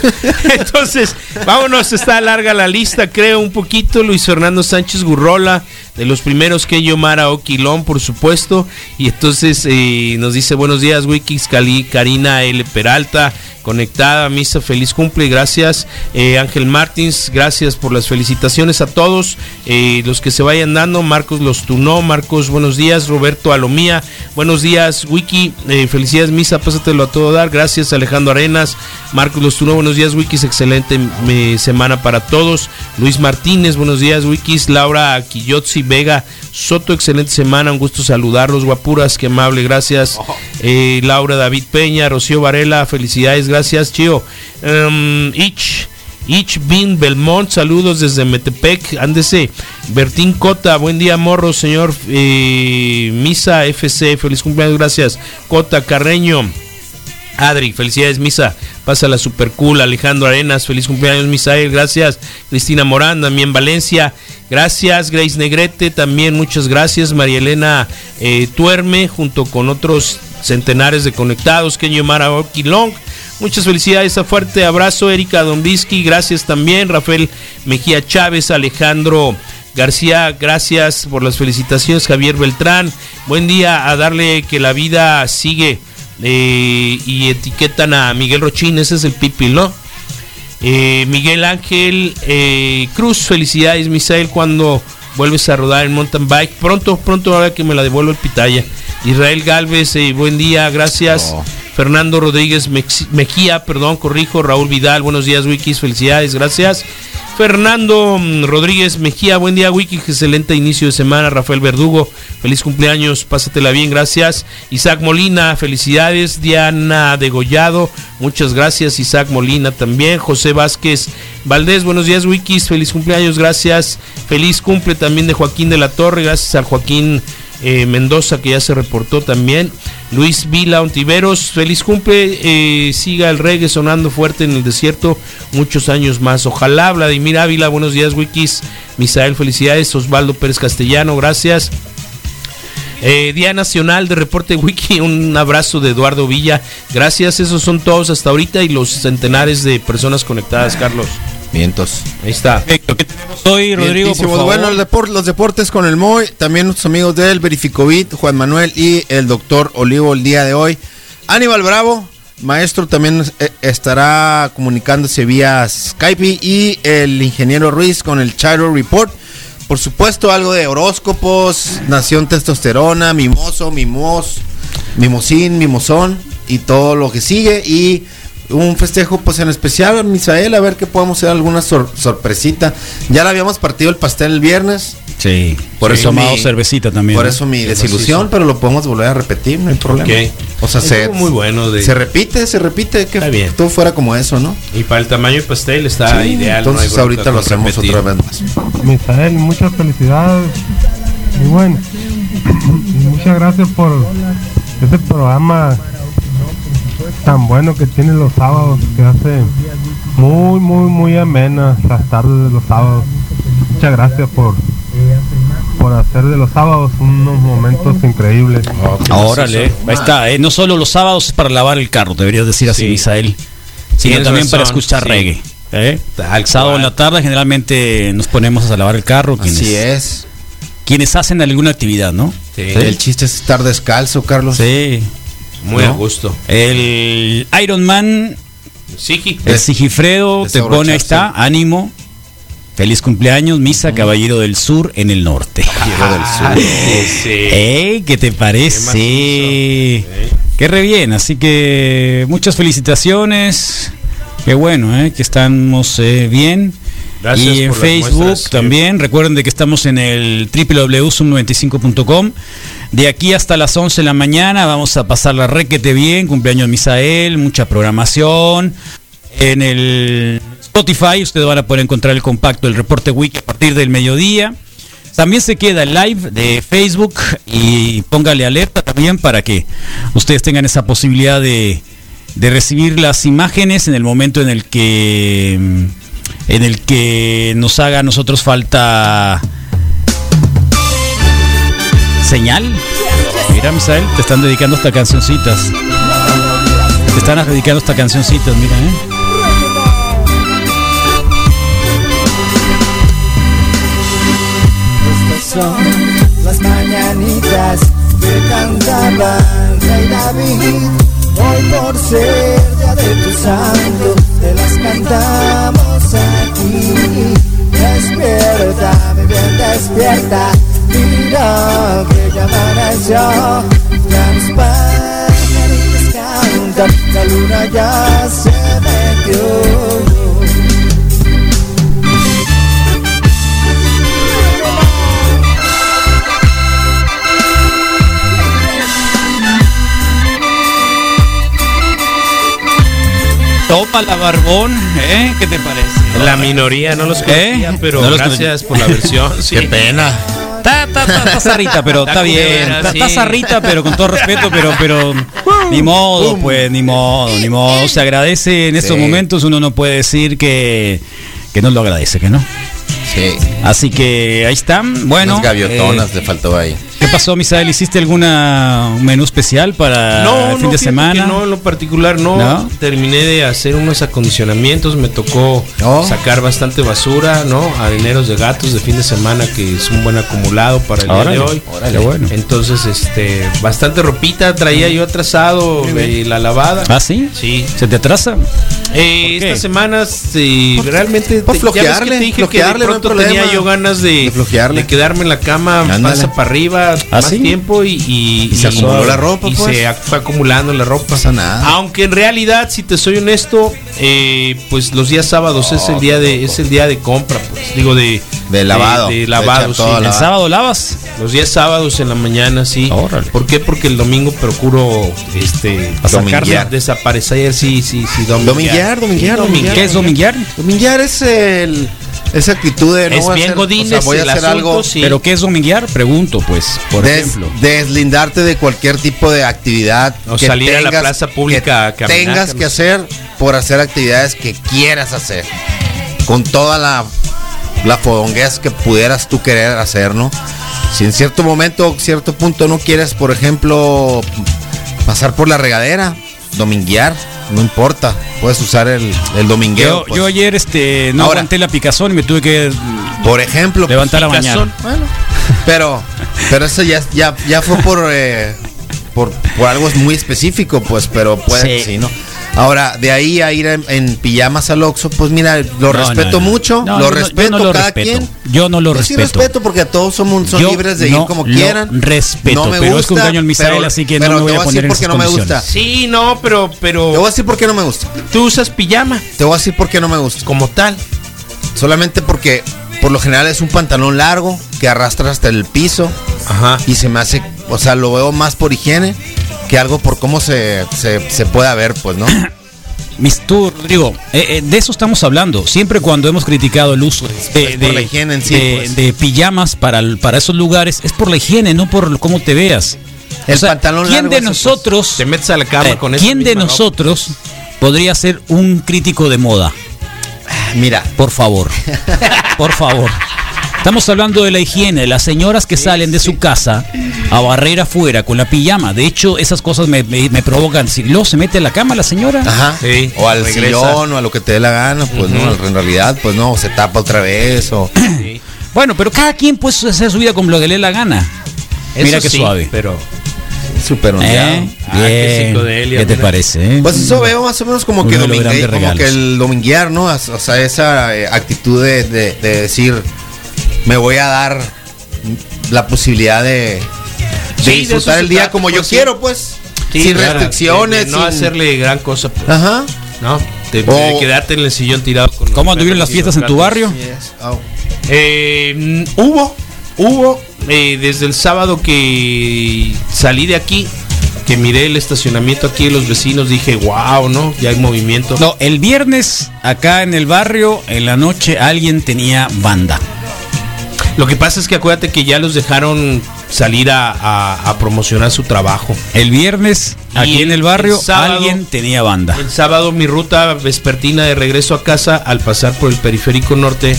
Speaker 4: Entonces, vámonos, está larga la lista, creo, un poquito. Luis Fernando Sánchez Gurrola, de los primeros que Mara Oquilón, por supuesto. Y entonces eh, nos dice, buenos días, Wikis, Cali, Karina L. Peralta, conectada, misa, feliz cumple, gracias. Eh, Ángel Martins, gracias por las felicitaciones a todos. eh, los que se vayan dando, Marcos Los Tunó, Marcos, buenos días, Roberto Alomía, buenos días, Wiki, eh, felicidades, misa, pásatelo a todo dar, gracias, Alejandro Arenas, Marcos Los Tunó, buenos días, Wikis, excelente eh, semana para todos. Luis Martínez, buenos días, Wikis, Laura Quillotzi Vega, Soto, excelente semana, un gusto saludarlos, guapuras, qué amable, gracias. Eh, Laura David Peña, Rocío Varela, felicidades, gracias, Chio. Em, Ich, Ich Bin Belmont, saludos desde Metepec, ándese. Bertín Cota, buen día, morro, señor eh, Misa FC, feliz cumpleaños, gracias. Cota Carreño. Adri, felicidades, Misa. Pásala super cool. Alejandro Arenas, feliz cumpleaños, Misael. Gracias. Cristina Morán, también Valencia. Gracias, Grace Negrete, también muchas gracias. María Elena eh, Tuerme, junto con otros centenares de conectados. Kenyo Mara Oki Long. Muchas felicidades, a fuerte abrazo. Erika Dombisky, gracias también. Rafael Mejía Chávez, Alejandro García, gracias por las felicitaciones. Javier Beltrán, buen día a darle que la vida sigue. Eh, y etiquetan a Miguel Rochín, ese es el pipi, ¿no? Eh, Miguel Ángel eh, Cruz, felicidades, Misael, cuando vuelves a rodar en mountain bike. Pronto, pronto, ahora que me la devuelvo el pitaya. Israel Galvez, eh, buen día, gracias. Fernando Rodríguez Mex- Mejía, perdón, corrijo. Raúl Vidal, buenos días, Wikis, felicidades, gracias. Fernando mm, Rodríguez Mejía, buen día, Wiki, excelente inicio de semana. Rafael Verdugo, feliz cumpleaños, pásatela bien, gracias. Isaac Molina, felicidades. Diana Degollado, muchas gracias. Isaac Molina también. José Vázquez Valdés, buenos días, Wikis, feliz cumpleaños, gracias. Feliz cumple también de Joaquín de la Torre, gracias al Joaquín. eh, Mendoza que ya se reportó también Luis Vila Ontiveros feliz cumple eh, siga el reggae sonando fuerte en el desierto muchos años más ojalá Vladimir Ávila buenos días Wikis Misael felicidades Osvaldo Pérez Castellano gracias eh, Día Nacional de Reporte Wiki, un abrazo de Eduardo Villa. Gracias, esos son todos hasta ahorita y los centenares de personas conectadas, Carlos.
Speaker 3: Vientos.
Speaker 4: Ahí está.
Speaker 1: Soy Rodrigo, por
Speaker 3: Vientísimos.
Speaker 1: favor.
Speaker 3: Bueno, el depor- los deportes con el Moy, también nuestros amigos del Verificovit, Juan Manuel y el doctor Olivo el día de hoy. Aníbal Bravo, maestro, también eh, estará comunicándose vía Skype y el ingeniero Ruiz con el Chairo Report. Por supuesto, algo de horóscopos, Nación Testosterona, Mimoso, Mimos, Mimosín, Mimosón y todo lo que sigue. Y un festejo pues en especial, Misael, a ver que podemos hacer alguna sor- sorpresita. Ya le habíamos partido el pastel el viernes.
Speaker 1: Sí,
Speaker 3: Por eso
Speaker 1: tomado
Speaker 3: mi-
Speaker 1: cervecita también. ¿eh?
Speaker 3: Por
Speaker 1: ¿no?
Speaker 3: eso mi
Speaker 1: Sí,
Speaker 3: desilusión, pero lo podemos volver a repetir, no hay problema.
Speaker 4: ¿eh? Ok.
Speaker 3: O sea, se,
Speaker 4: Estuvo muy bueno de-
Speaker 3: se repite, se repite, que
Speaker 4: Está bien.
Speaker 3: todo fuera como eso, ¿no?
Speaker 4: Y para el tamaño del pastel está
Speaker 3: Sí,
Speaker 4: ideal. no hay
Speaker 3: entonces
Speaker 4: bronca
Speaker 3: ahorita lo
Speaker 4: con
Speaker 3: hacemos
Speaker 4: repetir.
Speaker 3: otra vez más.
Speaker 15: Misael, muchas felicidades. Y bueno, muchas gracias por ese programa tan bueno que tiene los sábados, que hace muy, muy, muy amenas las tardes de los sábados. Muchas gracias por por hacer de los sábados unos momentos increíbles.
Speaker 4: Ah,
Speaker 1: Órale, ahí está. eh, No solo los sábados es para lavar el carro, deberías decir así, Misael, sino
Speaker 4: Tienes
Speaker 1: también para
Speaker 4: razón,
Speaker 1: escuchar
Speaker 4: sí.
Speaker 1: reggae. ¿eh? El sábado en la tarde generalmente nos ponemos a lavar el carro. Quienes,
Speaker 3: Así es.
Speaker 1: Quienes hacen alguna actividad, ¿no? Sí.
Speaker 3: El chiste es estar descalzo, Carlos.
Speaker 1: Sí.
Speaker 4: pues, Muy
Speaker 1: ¿No?
Speaker 4: a gusto.
Speaker 1: El Iron Man,
Speaker 4: Sigi.
Speaker 1: el Sigifredo, te pone ahí está, ánimo. Feliz cumpleaños, Misa Caballero del Sur en el norte.
Speaker 4: Ah, eh. sí.
Speaker 1: ¡Ey! ¿Qué te parece? Qué re bien, así que muchas felicitaciones. Qué bueno, ¿eh? que estamos eh, bien.
Speaker 4: Gracias
Speaker 1: y en
Speaker 4: por las
Speaker 1: Facebook
Speaker 4: muestras,
Speaker 1: también, recuerden de que estamos en el www.sum95.com. De aquí hasta las 11 de la mañana vamos a pasar la requete bien, cumpleaños de Misael, mucha programación. En el Spotify ustedes van a poder encontrar el compacto, el reporte wiki a partir del mediodía. También se queda el live de Facebook y póngale alerta también para que ustedes tengan esa posibilidad de, de recibir las imágenes en el momento en el que mm, en el que nos haga a nosotros falta señal. Mira, Misael, te están dedicando estas cancioncitas. Te están dedicando estas cancioncitas, mira, ¿eh?
Speaker 17: Estas son las mañanitas que cantaban Rey David. Hoy por ser día de tu santo, te las cantamos aquí. Despierta, mi bien despierta, mira que ya amaneció. Ya mis pajaritos cantan, la luna ya se metió.
Speaker 1: Toma la barbón, ¿eh? ¿Qué te parece?
Speaker 4: La minoría no los conocía,
Speaker 1: ¿Eh?
Speaker 4: pero
Speaker 1: No los
Speaker 4: gracias
Speaker 1: conocía.
Speaker 4: por la versión. sí.
Speaker 3: Qué pena.
Speaker 1: Está, está, está, está zarrita, pero está,
Speaker 4: Está
Speaker 1: bien.
Speaker 4: culera,
Speaker 1: Está, está
Speaker 4: sí.
Speaker 1: zarrita, pero con todo respeto, pero, pero ni modo, pues, ni modo, ni modo. Se agradece en estos
Speaker 4: Sí.
Speaker 1: momentos, uno no puede decir que, que no lo agradece, que no. Sí. Así que ahí están. Bueno.
Speaker 3: Unas gaviotonas
Speaker 1: eh,
Speaker 3: le faltó ahí.
Speaker 1: ¿Qué pasó, Misael? ¿Hiciste alguna un menú especial para el fin de
Speaker 4: fíjate
Speaker 1: semana?
Speaker 4: que No, en lo particular no.
Speaker 1: ¿No?
Speaker 4: Terminé de hacer unos acondicionamientos, me tocó sacar bastante basura, ¿no? Adineros de gatos de fin de semana, que es un buen acumulado para el
Speaker 1: Órale,
Speaker 4: día de hoy.
Speaker 1: órale, bueno.
Speaker 4: Entonces, este, bastante ropita traía yo atrasado eh, la lavada.
Speaker 1: ¿Ah, sí?
Speaker 4: Sí.
Speaker 1: ¿Se te atrasa?
Speaker 4: Eh, estas semanas sí, realmente
Speaker 3: Por
Speaker 4: te- ya ves que
Speaker 3: flojearle,
Speaker 4: te dije que de
Speaker 3: flojearle, no hay
Speaker 4: pronto
Speaker 3: problema.
Speaker 4: tenía yo ganas de, de quedarme en la cama panza para arriba más tiempo y, y-
Speaker 3: ¿Ah, Y se
Speaker 4: y-
Speaker 3: acumuló la ropa,
Speaker 4: y
Speaker 3: pues.
Speaker 4: se ac- fue acumulando la ropa aunque en realidad si te soy honesto eh, pues los días sábados es el día de es el día de compra pues digo de
Speaker 3: De lavado,
Speaker 4: de,
Speaker 3: de
Speaker 4: lavado
Speaker 3: echar todo
Speaker 4: sí.
Speaker 3: a lavar. ¿El
Speaker 1: sábado lavas
Speaker 4: los días sábados en la mañana
Speaker 3: Ah,
Speaker 4: sí ¿por qué? porque el domingo procuro este
Speaker 3: A sacar-
Speaker 4: dominguear, desaparecer sí sí sí
Speaker 3: Dominguear, dominguear, dominguear.
Speaker 1: ¿Qué es dominguear?
Speaker 3: Dominguear es el, esa actitud de no
Speaker 1: Es
Speaker 3: voy a
Speaker 1: bien
Speaker 3: hacer-
Speaker 1: godín,
Speaker 3: o sea, voy a
Speaker 1: es el
Speaker 3: hacer
Speaker 1: asunto,
Speaker 3: algo.
Speaker 1: sí. Pero ¿qué es dominguear? Pregunto, pues, por
Speaker 3: Des-
Speaker 1: ejemplo.
Speaker 3: Deslindarte de cualquier tipo de actividad.
Speaker 4: O salir a la plaza pública
Speaker 3: que
Speaker 4: a caminar,
Speaker 3: tengas
Speaker 4: que
Speaker 3: que
Speaker 4: no
Speaker 3: hacer por hacer actividades que quieras hacer. Con toda la, la fodonguez que pudieras tú querer hacer, ¿no? Si en cierto momento o cierto punto no quieres, por ejemplo, pasar por la regadera, dominguear, no importa. Puedes usar el, el domingueo.
Speaker 1: Yo, yo ayer este, no
Speaker 3: pues. Ahora.
Speaker 1: aguanté la picazón y me tuve que mm,
Speaker 3: Por ejemplo,
Speaker 1: levantar la
Speaker 3: picazón.
Speaker 1: mañana.
Speaker 3: Bueno, pero, pero eso ya, ya, ya fue por, eh, por, por algo muy específico, pues, pero puede que sí, ¿no? Ahora, de ahí a ir en, en pijamas al Oxxo, pues mira, lo
Speaker 1: No,
Speaker 3: respeto
Speaker 1: no, no.
Speaker 3: mucho,
Speaker 1: No, yo
Speaker 3: lo
Speaker 1: no- yo
Speaker 3: respeto
Speaker 1: no lo
Speaker 3: cada
Speaker 1: respeto.
Speaker 3: quien.
Speaker 1: Yo no lo
Speaker 3: Yo sí
Speaker 1: respeto.
Speaker 3: respeto porque todos somos, son
Speaker 1: Yo
Speaker 3: libres de
Speaker 1: no
Speaker 3: ir como
Speaker 1: lo
Speaker 3: quieran.
Speaker 1: respeto, pero es cumpleaños el Misael, así que no
Speaker 3: pero
Speaker 1: me voy
Speaker 3: te
Speaker 1: a poner
Speaker 3: decir
Speaker 1: en
Speaker 3: porque
Speaker 1: esas
Speaker 3: no me
Speaker 1: condiciones.
Speaker 3: gusta.
Speaker 4: Sí, no, pero, pero.
Speaker 3: Te voy a decir por qué no me gusta.
Speaker 4: Tú usas pijama.
Speaker 3: Te voy a decir por qué no me gusta.
Speaker 4: Como tal.
Speaker 3: Solamente porque por lo general es un pantalón largo que arrastra hasta el piso.
Speaker 4: Ajá.
Speaker 3: Y se me hace, o sea, lo veo más por higiene que algo por cómo se, se, se pueda ver, pues, ¿no?
Speaker 1: Mis tú, Rodrigo, eh, eh, de eso estamos hablando. Siempre cuando hemos criticado el uso de,
Speaker 3: por
Speaker 1: de-
Speaker 3: la higiene en sí,
Speaker 1: de-
Speaker 3: pues.
Speaker 1: de pijamas para, el- para esos lugares, es por la higiene, no por cómo te veas.
Speaker 3: El pantalón
Speaker 1: ¿Quién
Speaker 3: largo
Speaker 1: de
Speaker 3: ese, pues,
Speaker 1: nosotros,
Speaker 4: te metes a la cama
Speaker 1: eh,
Speaker 4: con esa
Speaker 1: ¿quién de
Speaker 4: misma ropa?
Speaker 1: nosotros podría ser un crítico de moda?
Speaker 3: Mira.
Speaker 1: Por favor. Por favor. Estamos hablando de la higiene, de las señoras que salen de su casa a barrer afuera con la pijama. De hecho, esas cosas me, me- me provocan. Si luego se mete a la cama la señora.
Speaker 3: Ajá.
Speaker 4: Sí,
Speaker 3: o al
Speaker 4: regresa.
Speaker 3: sillón o a lo que te dé la gana, pues,
Speaker 1: Ujú.
Speaker 3: ¿no? En realidad, pues, no, se tapa otra vez o...
Speaker 1: Bueno, pero cada quien puede hacer su vida con lo que le dé la gana.
Speaker 3: Eso
Speaker 1: Mira qué
Speaker 3: sí,
Speaker 1: suave.
Speaker 4: Pero.
Speaker 3: Súper ondeado.
Speaker 1: ¿Eh?
Speaker 3: Ah, qué
Speaker 1: Bien.
Speaker 3: psicodelia,
Speaker 1: ¿Qué te
Speaker 3: mira.
Speaker 1: parece? eh?
Speaker 3: Pues eso veo más o menos como
Speaker 1: Uno
Speaker 3: que,
Speaker 1: de los
Speaker 3: domingue-
Speaker 1: grandes
Speaker 3: como
Speaker 1: regalos.
Speaker 3: que el dominguear, ¿no? As- O sea, esa eh, actitud de, de- de decir, me voy a dar la posibilidad de, de
Speaker 4: Sí, de eso
Speaker 3: disfrutar
Speaker 4: se
Speaker 3: el día
Speaker 4: trata,
Speaker 3: como yo
Speaker 4: pues, sí.
Speaker 3: quiero, pues.
Speaker 4: Sí,
Speaker 3: sin
Speaker 4: claro,
Speaker 3: restricciones.
Speaker 4: de- de no
Speaker 3: sin-
Speaker 4: hacerle gran cosa. pues,
Speaker 3: Ajá.
Speaker 4: No. De,
Speaker 3: O-
Speaker 4: de quedarte en el sillón tirado con. los
Speaker 1: ¿Cómo anduvieron las
Speaker 4: perros y
Speaker 1: fiestas
Speaker 4: los
Speaker 1: en tu
Speaker 4: gatos.
Speaker 1: barrio?
Speaker 4: oh. Eh, mm, hubo, hubo, eh, desde el sábado que salí de aquí, que miré el estacionamiento aquí de los vecinos, dije, wow, ¿no? Ya hay movimiento.
Speaker 1: No, el viernes acá en el barrio, en la noche, alguien tenía banda.
Speaker 4: Lo que pasa es que acuérdate que ya los dejaron salir a, a- a promocionar su trabajo.
Speaker 1: El viernes, aquí
Speaker 4: Y
Speaker 1: en el barrio,
Speaker 4: sábado-
Speaker 1: alguien tenía banda.
Speaker 4: El sábado mi ruta vespertina de regreso a casa al pasar por el periférico norte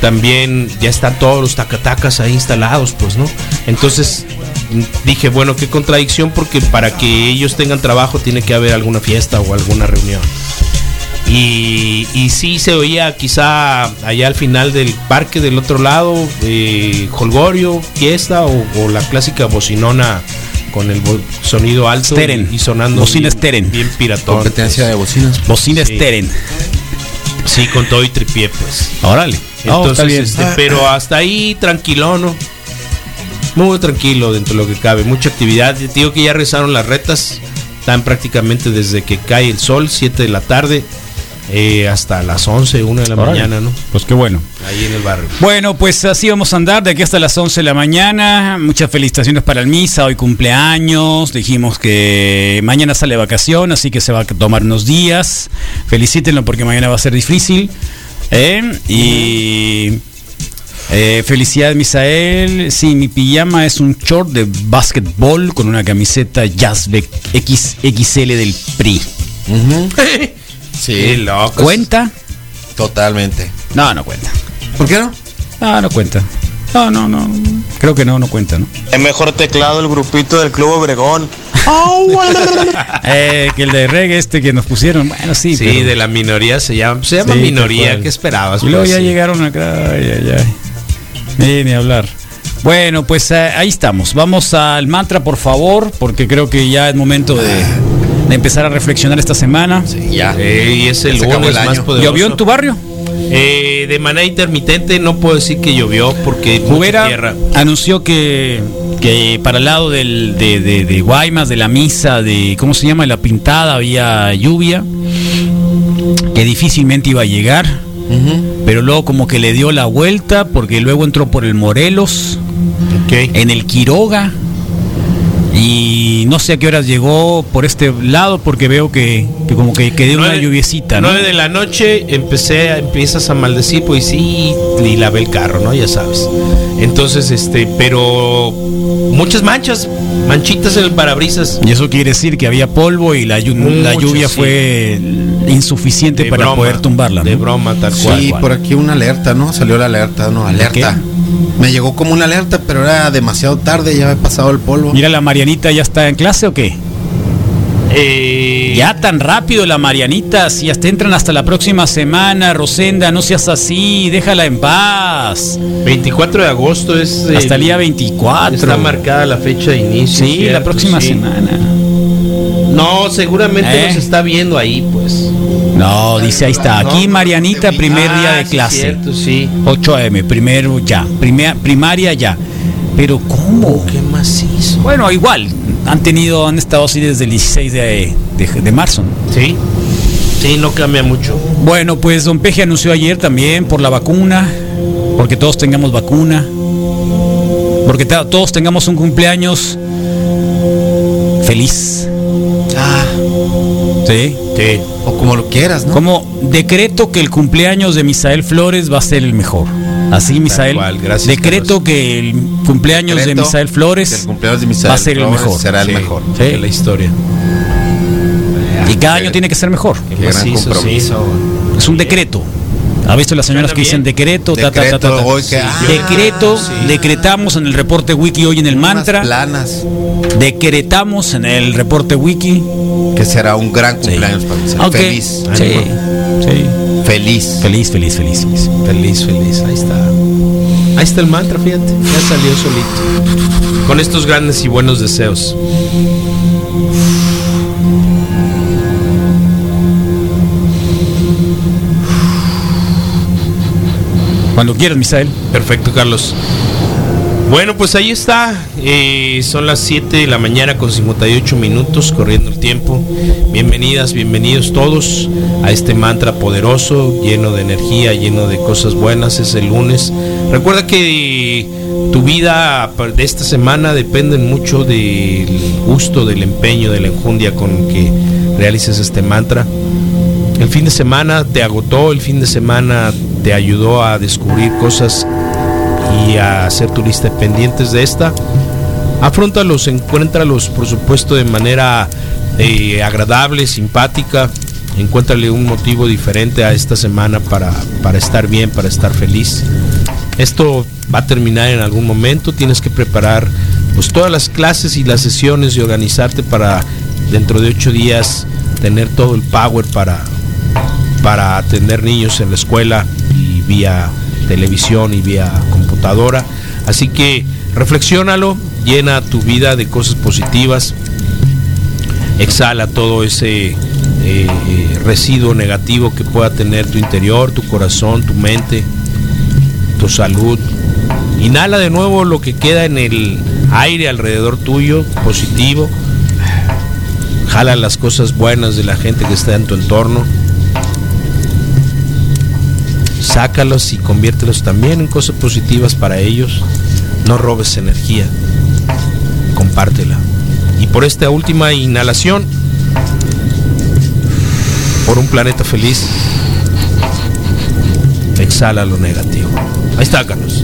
Speaker 4: también ya están todos los tacatacas ahí instalados, pues, ¿no? Entonces mm, dije, bueno, qué contradicción porque para que ellos tengan trabajo tiene que haber alguna fiesta o alguna reunión. Y, y sí se oía quizá allá al final del parque del otro lado, eh, jolgorio, fiesta o, o la clásica bocinona con el bo- sonido alto
Speaker 1: Steren.
Speaker 4: y sonando
Speaker 1: Bocina
Speaker 4: bien-
Speaker 1: Steren.
Speaker 4: bien piratón.
Speaker 3: Competencia de bocinas.
Speaker 1: Bocina
Speaker 4: Sí.
Speaker 1: Steren.
Speaker 4: Sí, con todo y tripié, pues.
Speaker 1: Órale. Oh, está
Speaker 4: Entonces,
Speaker 1: bien.
Speaker 4: este, pero hasta ahí tranquilo, ¿no? Muy tranquilo dentro de lo que cabe, mucha actividad. Te digo que ya rezaron las retas, están prácticamente desde que cae el sol, 7 de la tarde, eh, hasta las 11, 1 de la
Speaker 1: Órale.
Speaker 4: mañana, ¿no?
Speaker 1: Pues qué bueno.
Speaker 4: Ahí en el barrio.
Speaker 1: Bueno, pues así vamos a andar de aquí hasta las 11 de la mañana. Muchas felicitaciones para el Misa, hoy cumpleaños. Dijimos que mañana sale de vacación, así que se va a tomar unos días. Felicítenlo porque mañana va a ser difícil. ¿eh? Y Eh, felicidades, Misael. Sí, mi pijama es un short de básquetbol con una camiseta Jazzbeck XXL del PRI.
Speaker 3: Sí, loco.
Speaker 1: ¿Cuenta?
Speaker 3: Totalmente.
Speaker 1: No, no cuenta.
Speaker 3: ¿Por qué no?
Speaker 1: Ah, No, no cuenta. No, no, no. Creo que no, no cuenta, ¿no?
Speaker 14: Es mejor teclado el grupito del Club Obregón.
Speaker 1: Eh, que el de reggae este que nos pusieron. Bueno, sí.
Speaker 4: Sí,
Speaker 1: pero-
Speaker 4: de la minoría se llama, se llama
Speaker 1: Sí, tal
Speaker 4: minoría.
Speaker 1: cual.
Speaker 4: ¿Qué esperabas?
Speaker 1: Y luego
Speaker 4: Pues,
Speaker 1: ya
Speaker 4: sí.
Speaker 1: llegaron acá. Ay, ay, ay. Ni, ni hablar. Bueno, pues eh, ahí estamos. Vamos al mantra, por favor, porque creo que ya es momento de, de empezar a reflexionar esta semana.
Speaker 3: ya.
Speaker 4: Eh, y es
Speaker 3: Ya
Speaker 4: el
Speaker 3: se acabó
Speaker 4: lunes
Speaker 3: el
Speaker 4: más
Speaker 3: año.
Speaker 4: poderoso.
Speaker 1: ¿Llovió en tu barrio?
Speaker 4: Eh, de manera intermitente no puedo decir que llovió porque mucha
Speaker 1: Jubera
Speaker 4: tierra.
Speaker 1: anunció que, que para el lado del, de, de- de Guaymas, de la misa, de ¿cómo se llama? La pintada, había lluvia, que difícilmente iba a llegar, pero luego como que le dio la vuelta porque luego entró por el Morelos, en el Quiroga, y no sé a qué horas llegó por este lado porque veo que, que como que, que dio una
Speaker 4: Nueve-
Speaker 1: lluviecita, ¿no?
Speaker 4: 9 de la noche empecé a- empiezas a maldecir pues sí y lavé el carro no ya sabes entonces este pero muchas manchas manchitas en el parabrisas
Speaker 1: Y eso quiere decir que había polvo y la, llu- la
Speaker 4: Mucho,
Speaker 1: lluvia
Speaker 4: sí.
Speaker 1: fue insuficiente
Speaker 4: De
Speaker 1: para
Speaker 4: broma,
Speaker 1: poder tumbarla. ¿no?
Speaker 4: de broma tal cual
Speaker 3: Sí, por aquí una alerta, ¿no? Salió la alerta, ¿no? Alerta. Me llegó como una alerta, pero era demasiado tarde, ya había pasado el polvo.
Speaker 1: Mira, la Marianita ya está en clase o qué?
Speaker 4: Eh,
Speaker 1: Ya tan rápido la Marianita, si hasta entran hasta la próxima semana, Rosenda, no seas así, déjala en paz.
Speaker 4: 24 de agosto es eh,
Speaker 1: Hasta el día 24.
Speaker 4: está marcada la fecha de inicio
Speaker 1: Sí,
Speaker 4: ¿cierto?
Speaker 1: la próxima
Speaker 4: Sí.
Speaker 1: semana.
Speaker 4: no seguramente
Speaker 1: ¿Eh?
Speaker 4: nos está viendo ahí pues
Speaker 1: No, dice ahí está. Aquí Marianita, primer día
Speaker 4: Ah,
Speaker 1: de
Speaker 4: sí,
Speaker 1: clase.
Speaker 4: cierto, sí.
Speaker 1: 8 AM, primero ya. Primer- primaria ya. Pero ¿cómo?
Speaker 4: ¿Qué macizo?
Speaker 1: Bueno, igual. Han tenido, han estado así desde el 16 de, de- de marzo.
Speaker 4: Sí. Sí, no cambia mucho.
Speaker 1: Bueno, pues don Peje anunció ayer también por la vacuna, porque todos tengamos vacuna, porque ta- todos tengamos un cumpleaños feliz.
Speaker 3: Ah,
Speaker 1: ¿Sí?
Speaker 4: Sí.
Speaker 3: o como lo quieras, ¿no?
Speaker 1: Como decreto que el cumpleaños de Misael Flores va a ser el mejor. Así, Misael.
Speaker 3: cual, gracias,
Speaker 1: decreto que el cumpleaños
Speaker 3: Decreto
Speaker 1: de Misael
Speaker 3: que
Speaker 1: Flores
Speaker 3: el cumpleaños de Misael
Speaker 1: va a ser el
Speaker 3: Flores
Speaker 1: mejor.
Speaker 3: será el
Speaker 1: Sí,
Speaker 3: mejor.
Speaker 1: sí.
Speaker 4: de la historia.
Speaker 1: Y cada año tiene que ser mejor.
Speaker 3: Qué gran compromiso.
Speaker 1: Es un decreto. ¿Ha visto las señoras que dicen decreto? ta, ta, ta, ta, ta?
Speaker 3: Decreto, hoy que- ah,
Speaker 1: decreto, decretamos en el reporte wiki hoy en el mantra.
Speaker 3: planas.
Speaker 1: Decretamos en el reporte wiki.
Speaker 3: Que será un gran cumpleaños para Misael.
Speaker 1: Aunque-
Speaker 3: Feliz.
Speaker 1: Sí, sí.
Speaker 3: Feliz.
Speaker 1: Feliz, feliz, feliz, feliz.
Speaker 4: Feliz, feliz. Ahí está. Ahí está el mantra, fíjate. Ya salió solito. Con estos grandes y buenos deseos.
Speaker 1: Cuando quieras, Misael.
Speaker 4: Perfecto, Carlos. Bueno, pues ahí está. Eh, son las 7 de la mañana con 58 minutos corriendo el tiempo. Bienvenidas, bienvenidos todos a este mantra poderoso, lleno de energía, lleno de cosas buenas. Es el lunes. Recuerda que tu vida de esta semana depende mucho del gusto, del empeño, de la enjundia con que realices este mantra. El fin de semana te agotó, el fin de semana te ayudó a descubrir cosas y a ser turista pendientes de esta. Afrontalos, encuéntralos, por supuesto, de manera eh, agradable, simpática. Encuéntrale un motivo diferente a esta semana para, para estar bien, para estar feliz. Esto va a terminar en algún momento. Tienes que preparar pues, todas las clases y las sesiones y organizarte para dentro de ocho días tener todo el power para, para atender niños en la escuela y vía televisión y vía computadora. Así que reflexiónalo, llena tu vida de cosas positivas, exhala todo ese eh, eh, residuo negativo que pueda tener tu interior, tu corazón, tu mente, tu salud. Inhala de nuevo lo que queda en el aire alrededor tuyo, positivo. Jala las cosas buenas de la gente que está en tu entorno sácalos y conviértelos también en cosas positivas para ellos. No robes energía, compártela. Y por esta última inhalación, por un planeta feliz,
Speaker 1: exhala lo negativo. Ahí está, Carlos.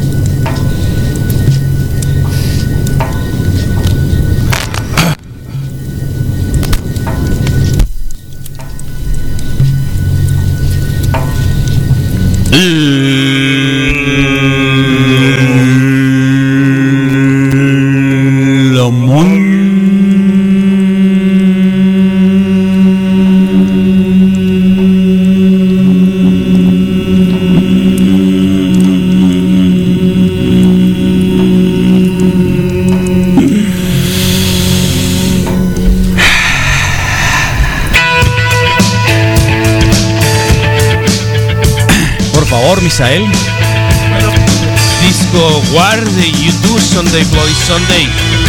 Speaker 18: Lo mon- Por favor, Misael.
Speaker 1: Disco War de YouTube Sunday Boy Sunday.